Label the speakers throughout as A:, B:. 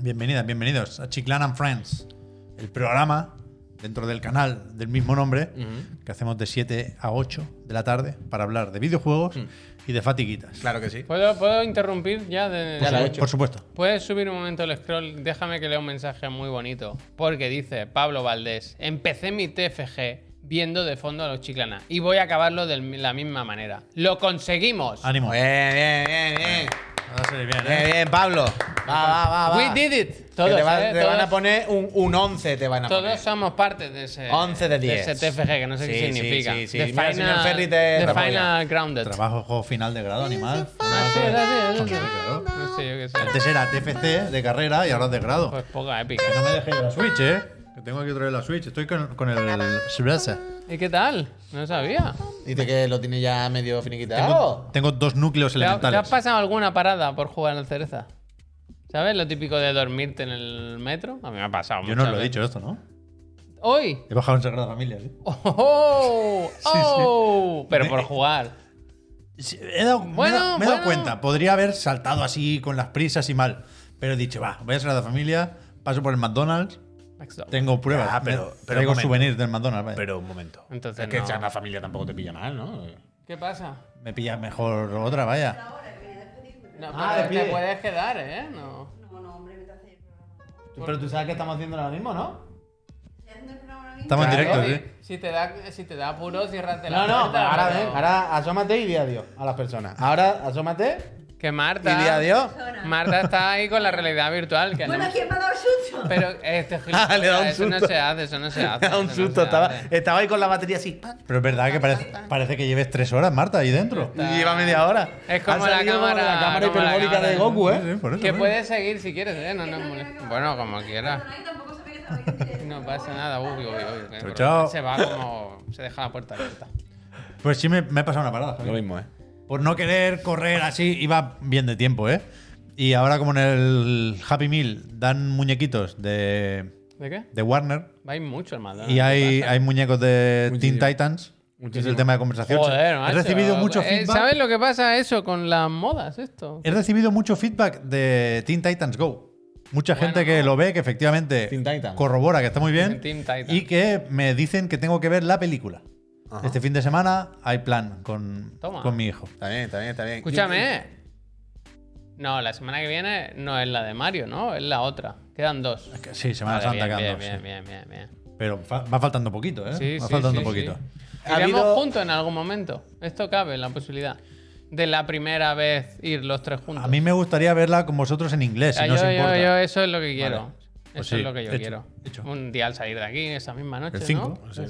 A: Bienvenidas, bienvenidos a Chiclan and Friends, el programa dentro del canal del mismo nombre que hacemos de 7 a 8 de la tarde para hablar de videojuegos y de fatiguitas.
B: Claro que sí.
C: ¿Puedo, ¿Puedo interrumpir ya? De,
A: Por,
C: de-
A: su- por supuesto.
C: Puedes subir un momento el scroll. Déjame que lea un mensaje muy bonito. Porque dice Pablo Valdés: Empecé mi TFG viendo de fondo a los chiclana y voy a acabarlo de la misma manera. ¡Lo
B: Ah,
C: conseguimos!
A: Ánimo.
B: Bien, bien, bien, bien.
A: Vamos a salir bien, ¿eh?
B: Bien, bien, Pablo. Va, va, va, Ah, va.
C: We did it.
B: Que
C: Todos,
B: te va-
C: eh,
B: te van
C: todos-
B: a poner un, un 11, te van a
C: Todos
B: poner.
C: somos parte de ese,
B: 11 de 10.
C: ese TFG que no sé
B: Sí,
C: qué
B: sí,
C: significa.
B: sí, sí.
C: The
B: Mira, el señor
C: final-
B: Ferri te
C: the
B: trabaja.
C: final grounded.
A: Trabajo final de grado animal.
C: Ah, sí, gracias,
A: Hombre,
C: gracias.
A: claro.
C: No sé, yo qué sé.
A: Antes era TFC de carrera y ahora es de grado.
C: Pues poca épica.
A: Que no me dejéis la Switch, ¿eh? Que tengo aquí otra vez la Switch. Estoy con, con el Shibrasa.
C: ¿Y qué tal? No sabía.
B: Dice que lo tiene ya medio
A: Tengo,
B: finiquitado.
A: tengo dos núcleos
C: ¿Te ha- ¿Te has
A: elementales.
C: pasado alguna parada por jugar al cereza? ¿Sabes lo típico de dormirte en el metro? A mí me ha pasado
A: Yo no os
C: muchas
A: lo he
C: veces.
A: dicho esto, ¿no?
C: ¡Hoy!
A: He bajado en Sagrada Familia. ¿sí?
C: ¡Oh! ¡Oh!
A: Sí, sí.
C: oh. Pero
A: Me-
C: por jugar.
A: Sí, he dado- me he
C: Bueno,
A: dado- me he dado
C: bueno.
A: cuenta. Podría haber saltado así con las prisas y mal. Pero he dicho, va, voy a Sagrada Familia, paso por el McDonald's, tengo pruebas.
B: Ah,
A: me-
B: pero- pero
A: traigo
B: un momento.
A: souvenirs del McDonald's. vaya.
B: Pero un momento.
C: Entonces
B: es que
C: no.
B: ya la familia tampoco te pilla mal, Ah, ¿no?
C: ¿Qué pasa?
A: Me pilla mejor otra, vaya.
C: No,
B: Ah, de
C: pero te
B: pie.
C: puedes quedar, ¿eh? No.
B: Pero tú sabes que estamos haciendo ahora mismo, ¿no?
A: Estamos en
B: Claro.
A: directo,
C: Si-
A: ¿sí?
C: Si te da, si te da apuro, ciérrate la
B: No, no, pues
C: puerta,
B: ahora
C: pero-
B: ven, ahora asómate y di adiós a las personas. Ahora asómate
C: Que
B: y
C: Marta.
B: di adiós.
C: Marta está ahí con la realidad virtual. Que
D: Bueno,
C: no-
D: ¿quién me ha dado el susto?
C: Pero este
B: Ah, le da un
C: Eso no
B: susto.
C: se hace, eso no se hace.
B: Era un
C: eso no
B: susto,
C: se
B: estaba,
C: hace.
B: estaba ahí con la batería así. pan,
A: Pero es verdad que parece, parece que lleves tres horas, Marta, ahí dentro.
B: Y lleva media hora.
C: Es como
B: Ha
C: la
B: salido
C: cámara-
B: La cámara
C: como la
B: hiperbólica
C: cámara.
B: de Goku,
A: Sí, sí,
B: ¿eh?
A: por eso,
C: Que
A: por
C: puedes seguir si quieres, ¿eh? No, no, molest- bueno, como quieras.
D: Perdonad, tampoco sabía que estaba aquí en directo.
C: No pasa nada, uy, uy, uy.
A: Chao, chao.
C: Se va como. Se deja la puerta abierta.
A: eso. Pues sí, me, me he pasado una parada. Javi.
B: mismo, ¿eh?
A: Por no querer correr así, iba bien de tiempo, ¿eh? Y ahora, como en el Happy Meal dan muñequitos de,
C: ¿De qué?
A: de Warner
C: Va a ir mucho el McDonald's.
A: y hay, hay muñecos de
B: Ah, Muchísimo.
A: Teen Titans, que es el
B: Muchísimo.
A: tema de conversación.
C: Joder,
A: he
C: macho.
A: recibido mucho
C: Eh,
A: feedback.
C: ¿Sabes lo que pasa eso con las modas, esto?
A: He recibido mucho feedback de Teen Titans Go. Mucha
C: Bueno,
A: gente que
C: no.
A: lo ve, que efectivamente
B: Teen Titans.
A: corrobora que está muy bien.
C: Teen Titans.
A: Y que me dicen que tengo que ver la película. Este fin de semana hay plan con,
C: Toma.
A: con mi hijo.
B: Está bien, está bien, está bien.
C: Escúchame. No, la semana que viene no es la de Mario, ¿no? Es la otra. Quedan dos.
A: Que Sí, Semana
C: Vale,
A: Santa
C: bien,
A: quedando,
C: bien,
A: sí.
C: bien, bien, bien, bien.
A: Pero fa- va faltando poquito, ¿eh?
C: Sí,
A: va
C: sí,
A: faltando
C: sí,
A: poquito.
C: sí.
B: Ha
C: Iremos
B: habido-
C: juntos en algún momento. Esto cabe, la posibilidad. De la primera vez ir los tres juntos.
A: A mí me gustaría verla con vosotros en inglés, si
C: Ah,
A: no os
C: yo, yo-
A: importa.
C: yo, eso es lo que quiero.
A: Pues
C: eso
A: sí,
C: es lo que yo
A: hecho,
C: quiero.
A: hecho.
C: Un día al salir de aquí, esa misma noche,
A: El 5.
C: ¿no?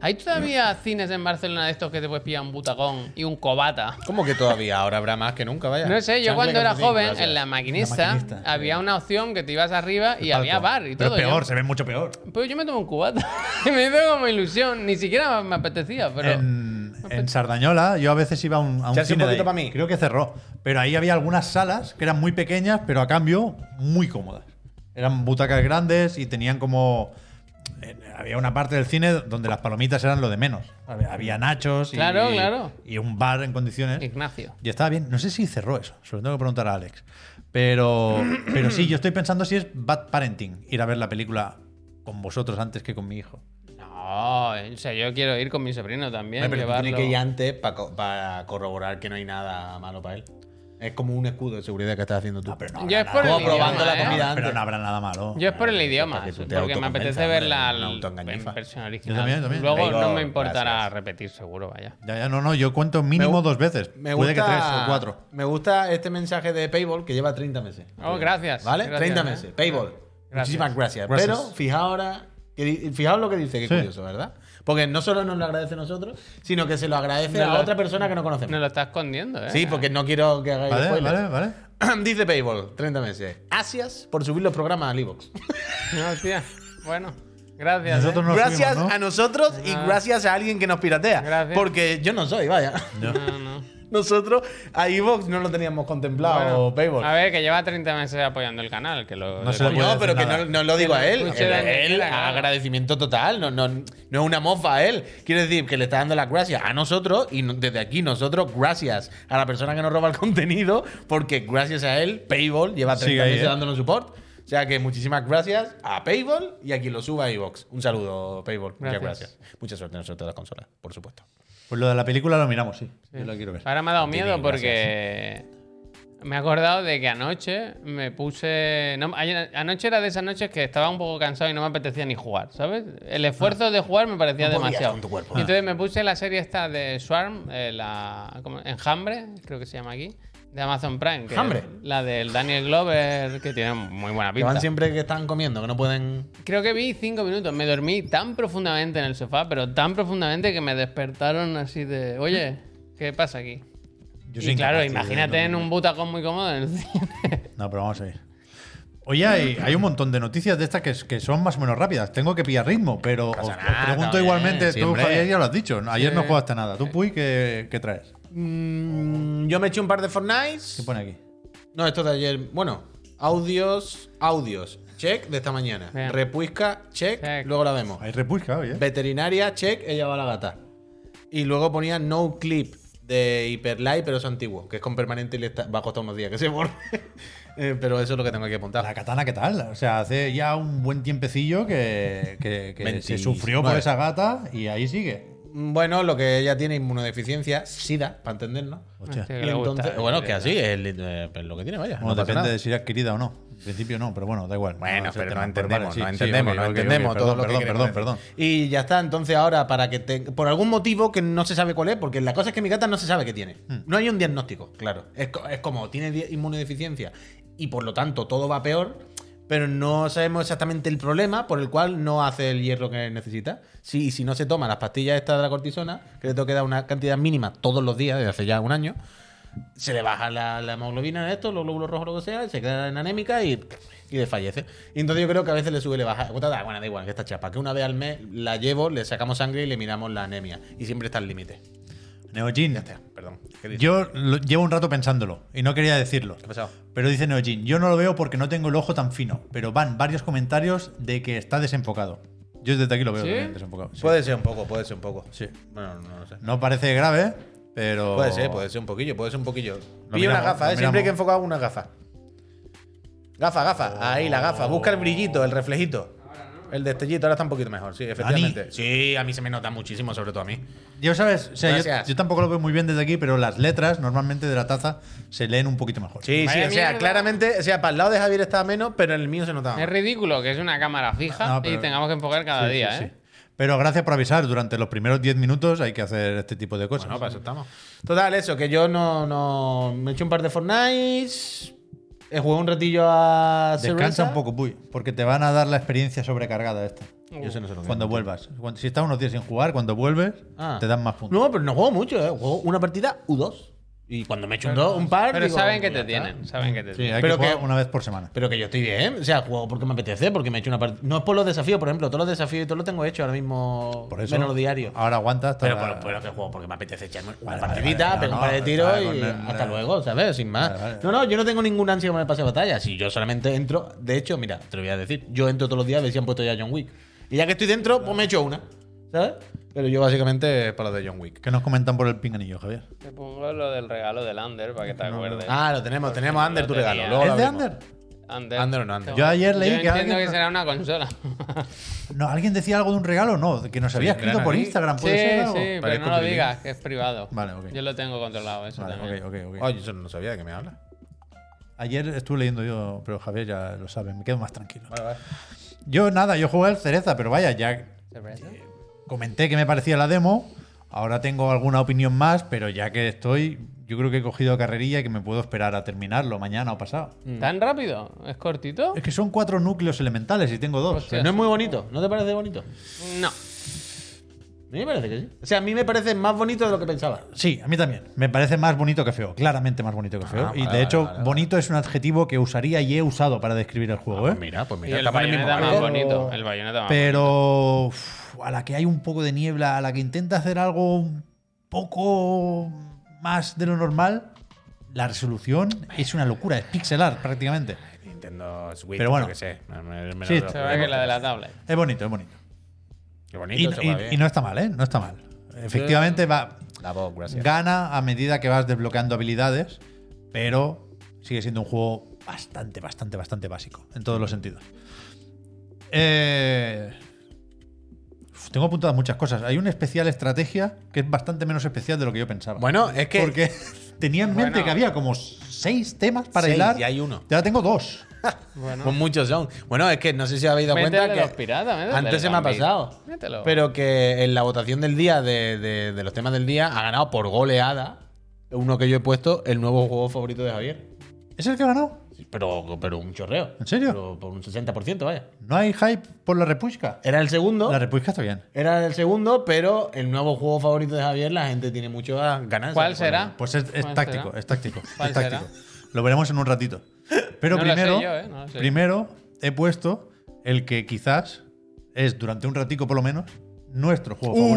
C: ¿Hay todavía cines en Barcelona de estos que te puedes pillar un butacón y un cobata?
B: ¿Cómo que todavía? Ahora habrá más que nunca, vaya.
C: No sé, yo cuando era joven, en la
A: La
C: maquinista,
A: maquinista, sí.
C: había una opción que te ibas arriba y había bar y
A: Pero
C: todo.
A: peor,
C: Yo-
A: se ve mucho peor.
C: pues yo me tomo un cubata. y me hizo como ilusión. Ni siquiera me apetecía, pero.
A: en, en Sardañola, yo a veces iba a un, a un
B: Echarse un
A: cine de
B: poquito
A: ahí.
B: pa' mí.
A: Creo que cerró. Pero ahí había algunas salas que eran muy pequeñas, pero a cambio muy cómodas. Eran butacas grandes y tenían como... eh, Había una parte del cine donde las palomitas eran lo de menos. Había- Había nachos y,
C: Claro, claro.
A: y un bar en condiciones.
C: Ignacio.
A: Y estaba bien. No sé si cerró eso. Se lo tengo que preguntar a Alex. Pero, pero sí, yo estoy pensando si es bad parenting ir a ver la película con vosotros antes que con mi hijo.
C: No, o sea, yo quiero ir con mi sobrino también.
B: pero tú
C: llevarlo.
B: tienes que ir antes para corroborar que no hay nada malo para él. Es como un escudo de seguridad que estás haciendo tú.
A: No, Ah, pero no
C: Yo
A: habrá
C: es por el
A: nada.
B: Como probando
C: idioma,
B: la
C: ¿eh?
B: comida antes.
A: Pero no habrá nada malo.
C: Yo es por el idioma,
B: para que tú te
C: porque
B: autoconvenzas,
C: me apetece
B: hombre,
C: verla
B: no
C: al-
B: autoengañifa.
C: en versión original.
A: Yo también, yo también.
C: Luego
B: Digo,
C: no me importará
B: gracias.
C: repetir, seguro, vaya.
A: Ya, ya, no, no, yo cuento mínimo
B: Me gu-
A: dos veces.
B: Me
A: Puede
B: gusta-
A: que tres o cuatro.
B: Me gusta este mensaje de Payball que lleva 30 meses.
C: Oh, gracias.
B: ¿Vale?
C: Gracias,
B: 30
C: ¿eh?
B: meses. Payball.
C: Gracias.
B: Muchísimas gracias.
A: Gracias.
B: Pero fijaos ahora. que di- Fijaos lo que dice, que es
A: Sí.
B: curioso, ¿verdad? Porque no solo nos lo agradece a nosotros, sino que se lo agradece
C: No
B: a
C: lo-
B: otra persona que no conocemos.
C: Nos lo está escondiendo, ¿eh?
B: Sí, porque no quiero que hagáis
A: Vale,
B: spoilers.
A: vale, vale.
B: Dice Payball, 30 meses. Gracias por subir los programas al iVoox.
C: No, tía. Bueno, gracias.
A: Nosotros
C: ¿eh?
A: no- Nos
B: Gracias
A: subimos, ¿no?
B: a nosotros y
C: Ah.
B: gracias a alguien que nos piratea.
C: Gracias.
B: Porque yo no soy, vaya.
A: Yo-
C: no. no.
B: Nosotros a iVoox no lo teníamos contemplado,
C: Bueno,
B: Payball.
C: A ver, que lleva 30 meses apoyando el canal, que lo...
A: No se
C: lo-
A: lo puede-
B: No, pero
A: decir
B: que
A: nada.
B: no, no lo digo
C: Que
B: a
C: lo
B: él.
C: escuche
B: A
C: donde
B: él,
C: quiera, claro.
B: agradecimiento total. No, no, no es una mofa a él. Quiero decir que le está dando las gracias a nosotros y no- desde aquí nosotros, gracias a la persona que nos roba el contenido, porque gracias a él, Payball lleva
A: Sigue
B: 30
A: ahí,
B: meses
A: ¿eh?
B: dándonos support. O sea que muchísimas gracias a Payball y a quien lo suba a iVox. Un saludo, Payball. Muchas
C: Gracias.
B: gracias. Mucha suerte en el sorteo de las consolas, por supuesto.
A: Pues lo de la película lo miramos, sí. Yo lo quiero ver.
C: Ahora me ha dado
B: Tiene gracia,
C: miedo porque me he acordado de que anoche me puse. no, ayer- anoche era de esas noches que estaba un poco cansado y no me apetecía ni jugar, ¿sabes? El esfuerzo de jugar me parecía
B: Ah. No podías
C: demasiado.
B: con tu cuerpo.
C: Y entonces me puse la serie esta de Swarm, eh, la ¿cómo? Enjambre, creo que se llama aquí, de Amazon Prime. que
B: Enjambre.
C: es La del Daniel Glover, que tiene muy buena
B: Que
C: pinta.
B: van siempre que están comiendo, que no pueden.
C: Creo que vi cinco minutos. Me dormí tan profundamente en el sofá, pero tan profundamente que me despertaron así de, oye, ¿qué pasa aquí?
A: Yo
C: y
A: soy
C: claro,
A: incapaz de
C: imagínate en un butacón muy cómodo en el cine.
A: No, pero vamos a ver. Oye, hay, hay un montón de noticias de estas que, que son más o menos rápidas. Tengo que pillar ritmo, pero os,
B: pasa
A: os
B: nada,
A: pregunto
B: bien,
A: igualmente.
B: sí,
A: tú,
B: hombre. Eh.
A: Javier, ya lo has dicho. Ayer no
C: Sí.
A: jugaste nada. ¿Tú, Puy, qué, qué traes?
B: Mm, yo me eché un par de Fortnite.
A: ¿Qué pone aquí?
B: No, esto de ayer. Bueno, audios, audios. Check de esta mañana.
C: Bien.
B: Repuisca, check,
C: Check.
B: Luego la vemos.
A: Hay repusca hoy, ¿eh?
B: Veterinaria, check, ella va a la gata. Y luego ponía no clip de Hyperlight, pero es antiguo, que es con permanente y le está- va a costar unos días que se borre. Eh, pero eso es lo que tengo aquí
A: La
B: apuntado.
A: katana, ¿qué tal? O sea, hace ya un buen tiempecillo que, que- que
B: 20.
A: se sufrió por
B: Vale.
A: esa gata y ahí sigue.
B: Bueno, lo que ella tiene inmunodeficiencia, SIDA, para entendernos.
A: Hostia.
C: Hostia, que
B: Y
C: le gusta,
B: entonces-
C: eh,
B: bueno, que
C: eh,
B: así es el- eh, pues lo que tiene, vaya.
A: Bueno,
B: no pasa
A: depende
B: nada.
A: de si era adquirida o no. En principio no, pero bueno, da igual.
B: Bueno,
A: es el
B: pero no
A: tema.
B: entendemos,
A: vale,
B: no
A: sí, sí,
B: entendemos,
A: ok,
B: no
A: ok, ok,
B: entendemos todo
A: perdón,
B: lo que
A: Perdón,
B: queremos
A: perdón,
B: decir.
A: perdón.
B: Y ya está, entonces ahora para que te- por algún motivo que no se sabe cuál es, porque la cosa es que mi gata no se sabe qué tiene.
A: Hmm.
B: No hay un diagnóstico, claro. Es, co- es como tiene di- inmunodeficiencia y por lo tanto todo va peor, pero no sabemos exactamente el problema por el cual no hace el hierro que necesita. Si, si no se toma las pastillas estas de la cortisona, que le tengo que dar una cantidad mínima todos los días desde hace ya un año, se le baja la, la hemoglobina en esto, los glóbulos rojos, lo que sea, y se queda en anémica y, y desfallece. Y entonces yo creo que a veces le sube y le baja. Bueno, da bueno, da igual, que está chapa. Que una vez al mes la llevo, le sacamos sangre y le miramos la anemia. Y siempre está al límite.
A: Neojin,
B: Ya está, perdón. ¿Qué dices?
A: yo lo- llevo un rato pensándolo y no quería decirlo.
B: ¿Qué ha pasado?
A: Pero dice Neojin, yo no lo veo porque no tengo el ojo tan fino, pero van varios comentarios de que está desenfocado. Yo desde aquí lo veo
C: ¿Sí?
A: también desenfocado. sí.
B: Puede ser un poco, puede ser un poco.
A: Sí.
B: Bueno, no lo sé.
A: No parece grave, pero...
B: Puede ser, puede ser un poquillo, puede ser un poquillo. Pilla
A: miramos,
B: una gafa,
A: lo
B: ¿eh? siempre hay que
A: miramos.
B: enfocar una gafa. Gafa, gafa. Ahí la gafa. Busca el brillito, el reflejito. El destellito ahora está un poquito mejor, sí, efectivamente. Sí, a mí se me nota muchísimo, sobre todo a mí.
A: Yo sabes, o sea, yo-
B: Gracias.
A: yo, tampoco lo veo muy bien desde aquí, pero las letras normalmente de la taza se leen un poquito mejor.
B: Sí, sí,
C: Vaya
B: o sea,
C: mierda.
B: claramente, o sea, para el lado de Javier estaba menos, pero en el mío se notaba.
C: Es
B: más.
C: ridículo que es una cámara fija
A: No, pero-
C: y tengamos que enfocar cada
A: Sí, sí,
C: día,
A: sí.
C: ¿eh?
A: Pero gracias por avisar, durante los primeros 10 minutos hay que hacer este tipo de cosas.
B: Bueno, para eso estamos. Total, eso, que yo no, no me eché un par de Fortnite, he jugado un ratillo a
A: Descansa
B: Serenza.
A: un poco, Puy, porque te van a dar la experiencia sobrecargada esta.
B: Yo sé no se lo
A: Cuando vuelvas. Cuando- si estás unos días sin jugar, cuando vuelves,
B: Ah.
A: te dan más puntos.
B: No, pero no juego mucho, eh. juego una partida u dos. Y cuando me echo un, dos, un par,
C: Pero
B: digo,
C: saben que
B: ya
C: te
B: está.
C: tienen, saben que te
A: Sí,
C: tienen.
A: hay
B: Pero
A: que jugar
B: que-
A: una vez por semana.
B: Pero que yo estoy bien, o sea, juego porque me apetece, porque me he hecho una partida. No es por los desafíos, por ejemplo, todos los desafíos y todo lo tengo hecho ahora mismo,
A: Por eso,
B: menos los diarios.
A: Ahora aguanta hasta
B: Pero,
A: la-
B: pero, pero que juego porque me apetece echarme una
A: Vale, vale,
B: partidita,
A: vale, no,
B: pegar un
A: no,
B: par de
A: no,
B: tiros
A: vale,
B: y
A: con el-
B: hasta luego, ¿sabes? Sin más.
A: Vale, vale.
B: No, no, yo no tengo ningún ansia que me pase batalla. Si yo solamente entro, de hecho, mira, te lo voy a decir, yo entro todos los días a ver si han puesto ya John Wick. Y ya que estoy dentro, pues me echo una, ¿sabes? Pero yo básicamente es para los de John Wick.
A: ¿Qué nos comentan por el pinganillo, Javier?
C: Te pongo lo del regalo del Under para que te acuerdes.
B: Ah, lo tenemos, tenemos a Ander tu
C: Lo tenía.
B: regalo. Luego lo
A: ¿Es de
B: abrimos.
A: Ander?
C: Under.
B: Under o no Under.
A: Yo ayer leí que
C: que entiendo
A: alguien-
C: que será una consola.
A: No, alguien decía algo de un regalo, no, que nos había
B: Sí,
A: escrito por
B: Granadí.
A: Instagram,
C: sí,
A: Ah, puede ser. algo?
C: sí, pero
B: Parezco
C: no lo
B: privilegio.
C: digas, que es privado.
A: Vale, ok.
C: Yo lo tengo controlado, eso
A: Vale,
C: también.
A: ok, ok, ok.
B: Oye, yo no sabía de qué me habla.
A: Ayer estuve leyendo yo, pero Javier ya lo sabe, me quedo más tranquilo.
B: Vale, vale.
A: Yo nada, yo jugué al cereza, pero vaya, ya
C: ¿Cerveza?
A: comenté que me parecía la demo. Ahora tengo alguna opinión más, pero ya que estoy, yo creo que he cogido carrerilla y que me puedo esperar a terminarlo mañana o pasado.
C: ¿Tan rápido? ¿Es cortito?
A: Es que son cuatro núcleos elementales y tengo dos.
C: Hostia.
B: Pero no es muy bonito, ¿no te parece bonito?
C: No.
B: A mí me parece que sí. O sea, a mí me parece más bonito de lo que pensaba.
A: Sí, a mí también. Me parece más bonito que feo, claramente más bonito que feo.
B: Ah,
A: y
B: vale,
A: de hecho,
B: vale, vale,
A: bonito es un adjetivo que usaría y he usado para describir el juego, ¿eh?
B: mira, pues
C: Y el bayoneta más bonito. El bayoneta más
A: Pero uf, a la que hay un poco de niebla, a la que intenta hacer algo un poco más de lo normal, la resolución es una locura, es pixelar prácticamente.
B: Nintendo Switch,
A: Pero bueno.
B: yo qué sé. Me- me- me
A: Sí,
B: lo-
C: Se ve que la de la tablet.
A: Es bonito, es bonito.
B: Qué
A: Y,
B: bonito,
A: y- y no está mal, ¿eh? No está mal. Efectivamente, va,
B: La voz, gracias.
A: gana a medida que vas desbloqueando habilidades, pero sigue siendo un juego bastante, bastante, bastante básico en todos los sentidos. Eh, uf, tengo apuntadas muchas cosas. Hay un especial estrategia que es bastante menos especial de lo que yo pensaba.
B: Bueno, es que.
A: Porque tenía en mente
C: Bueno.
A: que había como seis temas para
B: Seis,
A: hilar.
B: y hay uno.
A: Ya tengo dos.
B: Con muchos son. Bueno, es que no sé si habéis dado
C: Métele
B: cuenta que.
C: los piratas, métele
B: antes
C: el
B: se me ha
C: Gambit.
B: pasado.
C: Mételo.
B: Pero que en la votación del día, de, de- de los temas del día, ha ganado por goleada uno que yo he puesto, el nuevo juego favorito de Javier.
A: ¿Es el que ha ganado?
B: Pero, pero un chorreo.
A: ¿En serio?
B: Pero por un 60%, vaya.
A: ¿No hay hype por la repusca?
B: Era el segundo.
A: La repusca está bien.
B: Era el segundo, pero el nuevo juego favorito de Javier, la gente tiene mucho a ganar.
C: ¿Cuál será?
A: Pues es, es
C: ¿Cuál
A: táctico,
C: será?
A: es táctico,
C: ¿Cuál
A: es táctico. Lo veremos en un ratito. Pero
C: No lo sé
A: primero,
C: yo, ¿eh? No lo sé.
A: primero he puesto el que quizás es durante un ratico por lo menos nuestro juego
B: Uh.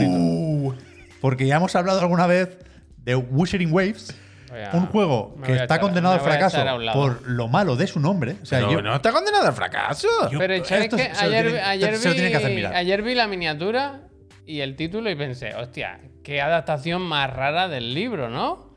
A: favorito, porque ya hemos hablado alguna vez de Wishing Waves,
C: Voy a-
A: un juego
C: me
A: que
C: voy a
A: está
C: echar-
A: condenado al
C: me voy a
A: fracaso
C: echar a un lado.
A: por lo malo de su nombre. O sea,
B: Pero
A: yo-
B: no está condenado al fracaso.
A: yo-
C: Pero ¿sabes
A: esto
C: qué?
A: se lo
C: ayer,
A: tiene-
C: ayer
A: se lo tiene que hacer
C: vi-
A: mirar.
C: ayer vi la miniatura y el título y pensé, hostia, qué adaptación más rara del libro, ¿no?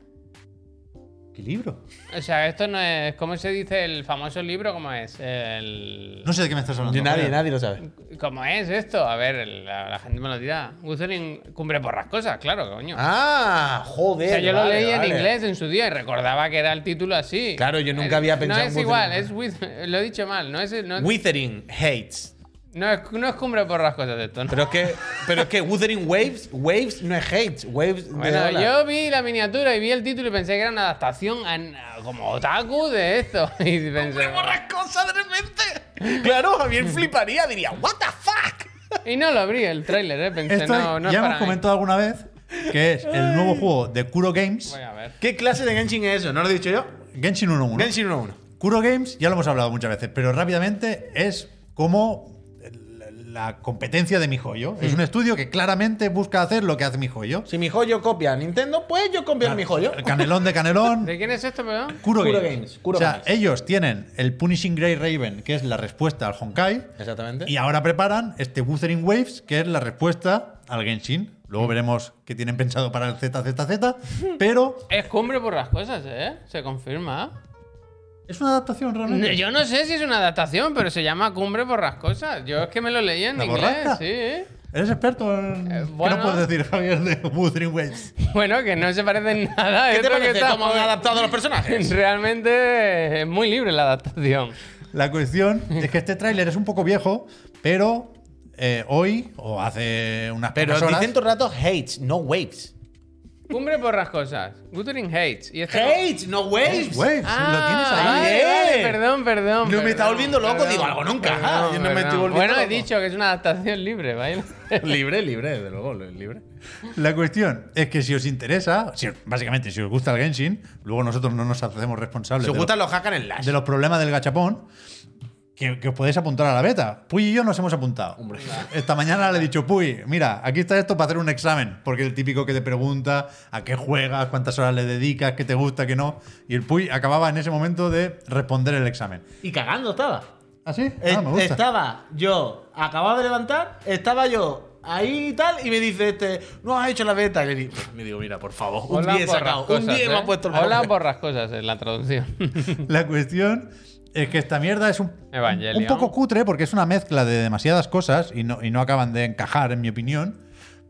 A: ¿Qué libro?
C: O sea, esto no es. ¿Cómo se dice el famoso libro? ¿Cómo es? El.
A: No sé de qué me estás hablando.
B: Yo- nadie,
A: Javier.
B: nadie lo sabe.
C: ¿Cómo es esto? A ver, el- la, la gente me lo dirá. Wuthering cumple porrascosas, claro, coño.
B: Ah,
C: o
B: joder.
C: sea, yo lo
B: vale,
C: leí en
B: vale.
C: inglés en su día y recordaba que era el título así.
B: Claro, yo nunca
C: Eh,
B: había pensado
C: No
B: en
C: es
B: Wuthering.
C: igual, es with- lo he dicho mal. No es, no, es-
B: Withering Hates.
C: no es, no es cumbre porrascosas esto, ¿no?
B: Pero es que, pero es que Withering Waves, Waves no es Hates. Waves de
C: Bueno,
B: ola.
C: yo vi la miniatura y vi el título y pensé que era una adaptación a- a- como otaku de esto. Y pensé,
B: borrascosa de repente. Claro, Javier fliparía, diría, ¿What the fuck?
C: y no lo abrí el tráiler, eh. Pensé,
A: Esto
C: no, no es
A: ya
C: para
A: hemos
C: mí.
A: comentado alguna vez que es el nuevo juego de Kuro Games,
C: Voy a ver.
B: ¿Qué clase de Genshin es eso? ¿No lo he dicho yo?
A: Genshin 1.1.
B: Genshin 1-1.
A: Kuro Games, ya lo hemos hablado muchas veces, pero rápidamente es como la- la competencia de mi joyo.
B: Mm.
A: Es un estudio que claramente busca hacer lo que hace mi joyo.
B: Si mi joyo copia a Nintendo, pues yo copio a mi joyo.
A: El canelón de canelón.
C: ¿De quién es esto, perdón?
A: Kuro,
B: Kuro
A: Games.
B: Games, Kuro
A: o sea,
B: Games.
A: ellos tienen el Punishing Grey Raven, que es la respuesta al Honkai,
B: Exactamente.
A: y ahora preparan este Wuthering Waves, que es la respuesta al Genshin.
B: Mm.
A: Luego veremos qué tienen pensado para el ZZZ, pero
C: Es cumbre porrascosas, eh. Se confirma.
A: es una adaptación
C: No,
A: realmente.
C: Yo no sé si es una adaptación, pero se llama Cumbre Borrascosas. Yo es que me lo leí en
A: ¿La
C: inglés,
A: borrasca?
C: sí.
A: Eres experto en...
C: Eh,
A: ¿Qué
C: bueno.
A: no puedes decir, Javier, de Wuthering Waves?
C: Bueno, que no se parece en nada.
B: ¿Qué te
C: esto que
B: parece?
C: está
B: ¿Cómo
C: muy-
B: han adaptado a los personajes?
C: Realmente es muy libre la adaptación.
A: La cuestión es que este tráiler es un poco viejo, pero eh, hoy, o hace unas
B: Pero
A: pocas horas,
B: dicen todo el rato Hates, no Waves.
C: Cumbre Borrascosas. Guttering Hates. Y este-
B: Hates, no
A: Waves,
B: Waves.
A: lo tienes ahí.
C: vale,
B: ahí.
C: vale, perdón, perdón.
B: No me
C: perdón,
B: estaba volviendo loco,
C: perdón,
B: digo, algo no encaja, yo no me estoy volviendo
C: Bueno, he
B: loco.
C: dicho que es una adaptación libre, ¿vale?
B: libre, libre, desde luego, libre.
A: La cuestión es que si os interesa, si- básicamente si os gusta el Genshin, luego nosotros no nos hacemos responsables
B: Si os
A: de,
B: gustan
A: los,
B: los hackers en Lash.
A: de los problemas del gachapón, que, que os podéis apuntar a la beta. Puy y yo nos hemos apuntado. Esta mañana le he dicho, Puy, mira, aquí está esto para hacer un examen, porque el típico que te pregunta a qué juegas, cuántas horas le dedicas, qué te gusta, qué no, y el Puy acababa en ese momento de responder el examen.
B: Y cagando estaba.
A: ¿Ah, sí?
B: Eh,
A: Ah, me gusta.
B: Estaba yo, acababa de levantar, estaba yo ahí y tal, y me dice este, no has hecho la beta. Y le digo, me digo, mira, por favor, un
C: Hola,
B: día he sacado, un
C: borrascosas,
B: día me
C: ¿eh?
B: ha puesto el
C: Hola,
B: nombre".
C: borrascosas en la traducción.
A: La cuestión es que esta mierda es un,
C: Evangelion.
A: un poco cutre porque es una mezcla de demasiadas cosas y no, y no acaban de encajar, en mi opinión.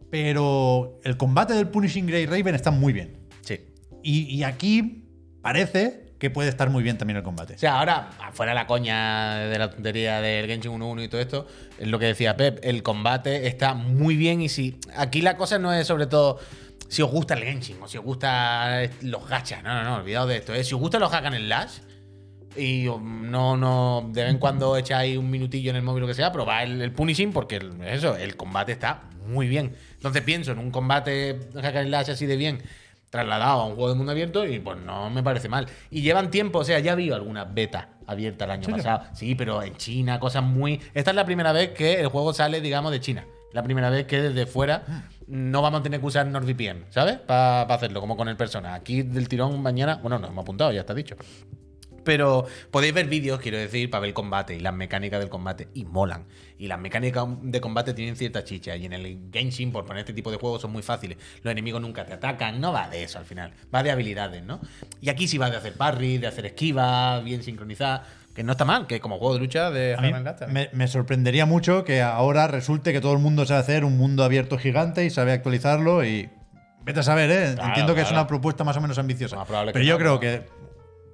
A: Pero el combate del Punishing Grey Raven está muy bien.
B: Sí.
A: Y, y aquí parece que puede estar muy bien también el combate.
B: O sea, ahora, afuera la coña de la tontería del Genshin 1.1 y todo esto, es lo que decía Pep, el combate está muy bien y si aquí la cosa no es sobre todo si os gusta el Genshin o si os gusta los gachas, no, no, no, olvidaos de esto, ¿eh? si os gusta los hack and slash y um, no, no, de vez en cuando echáis un minutillo en el móvil o lo que sea, probad el, el punishing porque el- eso, el combate está muy bien. Entonces pienso en un combate hack and slash así de bien trasladado a un juego de mundo abierto y pues no me parece mal. Y llevan tiempo, o sea, ya ha habido algunas betas abiertas el año pasado. Sí, pero en China, cosas muy... Esta es la primera vez que el juego sale, digamos, de China. La primera vez que desde fuera no vamos a tener que usar NordVPN, ¿sabes? Para hacerlo, como con el persona. Aquí del tirón mañana, bueno, nos hemos apuntado, ya está dicho. Pero podéis ver vídeos, quiero decir, para ver el combate y las mecánicas del combate. Y molan. Y las mecánicas de combate tienen cierta chicha. Y en el Genshin, por poner este tipo de juegos, son muy fáciles. Los enemigos nunca te atacan. No va de eso al final. Va de habilidades, ¿no? Y aquí sí va de hacer parry, de hacer esquiva, bien sincronizada. Que no está mal, que como juego de lucha de
A: A mí
B: Hagan Gaster.
A: me, me sorprendería mucho que ahora resulte que todo el mundo sabe hacer un mundo abierto gigante y sabe actualizarlo y vete a saber, ¿eh?
B: Claro,
A: entiendo que es
B: claro.
A: una propuesta más o menos ambiciosa.
B: Más probable que
A: pero yo
B: no,
A: creo
B: ¿no?
A: que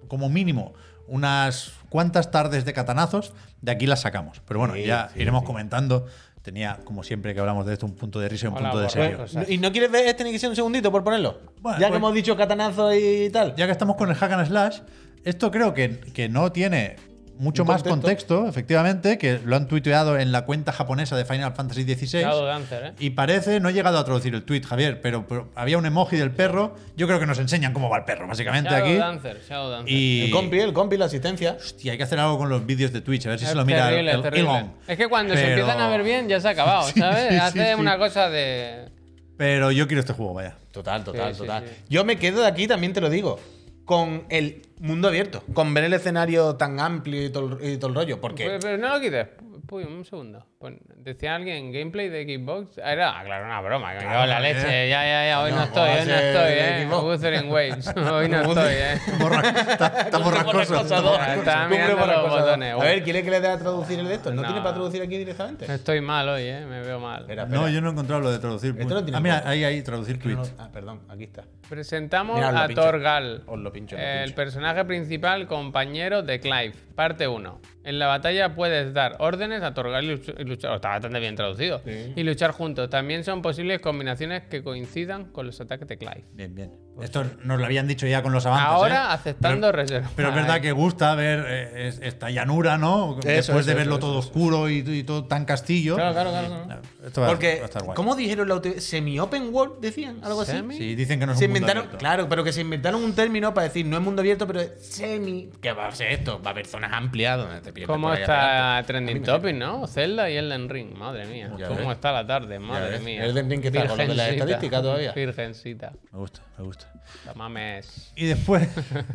A: como mínimo unas cuantas tardes de catanazos de aquí las sacamos. Pero bueno,
B: Sí,
A: ya
B: sí,
A: iremos
B: sí.
A: comentando. Tenía, como siempre que hablamos de esto, un punto de risa y un
C: Hola,
A: punto de
C: borrego.
A: serio.
C: O sea-
B: ¿Y no quieres ver este ni que sea un segundito por ponerlo?
A: Bueno,
B: ya
A: pues-
B: que hemos dicho catanazo y tal.
A: ya que estamos con el hack and slash, esto creo que, que no tiene mucho
B: Un
A: más
B: contexto.
A: contexto, efectivamente, que lo han tuiteado en la cuenta japonesa de Final Fantasy XVI.
C: Shadow Dancer, ¿eh?
A: Y parece, no he llegado a traducir el tweet, Javier, pero, pero había un emoji del perro. Yo creo que nos enseñan cómo va el perro, básicamente,
C: Shadow
A: aquí.
C: Dancer, Shadow Dancer.
A: Y,
B: El compi, el compi, la asistencia.
A: Hostia, hay que hacer algo con los vídeos de Twitch, a ver si
C: Es
A: se lo mira
C: terrible,
A: el- el
C: terrible.
A: Elon.
C: Es que cuando se
A: Pero-
C: empiezan a ver bien ya se ha acabado,
A: Sí,
C: ¿sabes?
A: sí, sí,
C: Hace
A: sí.
C: una cosa de.
A: Pero yo quiero este juego, vaya.
B: Total, total,
C: Sí, sí,
B: total.
C: sí.
B: Yo me quedo de aquí, también te lo digo, con el mundo abierto, con ver el escenario tan amplio y todo, el- y todo el rollo, porque
C: Pues, Pero, pero no lo quites. Puy, un segundo. Pon- Decía alguien gameplay de Xbox. Ah, Era, ah, claro, una broma. Que me cago en la
A: Claro,
C: leche. Ya, ya, ya. Hoy no,
B: eh. No,
C: estoy, hoy
B: hace
C: no estoy,
B: de
C: eh.
B: Xbox.
C: Wuthering Waves. Hoy no estoy, eh.
A: Borra- está, está borrascoso. está
C: dos.
A: borrascoso.
C: Estaba
B: Cumple
C: mirando
B: para
C: los
B: cosas.
C: botones,
B: A
C: bueno.
B: ver, ¿quiere que le dé a traducir el de esto? ¿No,
C: No.
B: tiene para traducir aquí directamente?
C: Estoy mal hoy, eh. Me veo mal.
B: Espera, espera.
A: No, yo no he encontrado lo de traducir.
B: Esto no tiene
A: ah, mira,
B: contexto.
A: ahí, ahí, traducir
B: No, no,
A: tweets.
B: Ah, perdón, aquí está.
C: Presentamos
B: Mirad, lo
C: a
B: pincho.
C: Thor Gall,
B: Os lo pincho, lo
C: el
B: pincho.
C: personaje principal compañero de Clive, parte 1. En la batalla puedes dar órdenes a Thor Gall y luch- y luchar. oh, Está bastante bien traducido. Y luchar juntos. También son posibles combinaciones que coincidan con los ataques de Clive.
A: Bien, bien.
B: Pues
A: Esto nos lo habían dicho ya con los avances.
C: Ahora
A: ¿eh?
C: aceptando reservas.
A: Pero es verdad que gusta ver eh, es- esta llanura, ¿no? Después de
B: eso,
A: verlo
B: eso,
A: todo oscuro y, y todo tan castillo.
C: Claro, claro, claro. claro.
A: Esto va, va a
B: Porque,
A: estar guay.
B: ¿cómo dijeron la UTV? ¿Semi-open world decían? ¿Algo así?
C: Semi-
A: Sí, dicen que no es
B: se
A: un mundo
B: inventaron,
A: abierto.
B: claro, pero que se inventaron un término para decir no es mundo abierto, pero es semi. ¿Qué va a ser esto? Va a haber zonas amplias donde te pierdes.
C: ¿Cómo
B: por ahí
C: está
B: adelante.
C: trending topic, no? Zelda y Elden Ring, madre mía.
B: Ya
C: ¿Cómo
B: ves.
C: está la tarde, madre
B: ves.
C: mía?
B: Elden Ring, ¿qué tal? Con lo de la
C: Virgencita.
B: estadística todavía.
C: Virgencita.
A: Me gusta, me gusta.
C: No mames.
A: Y después.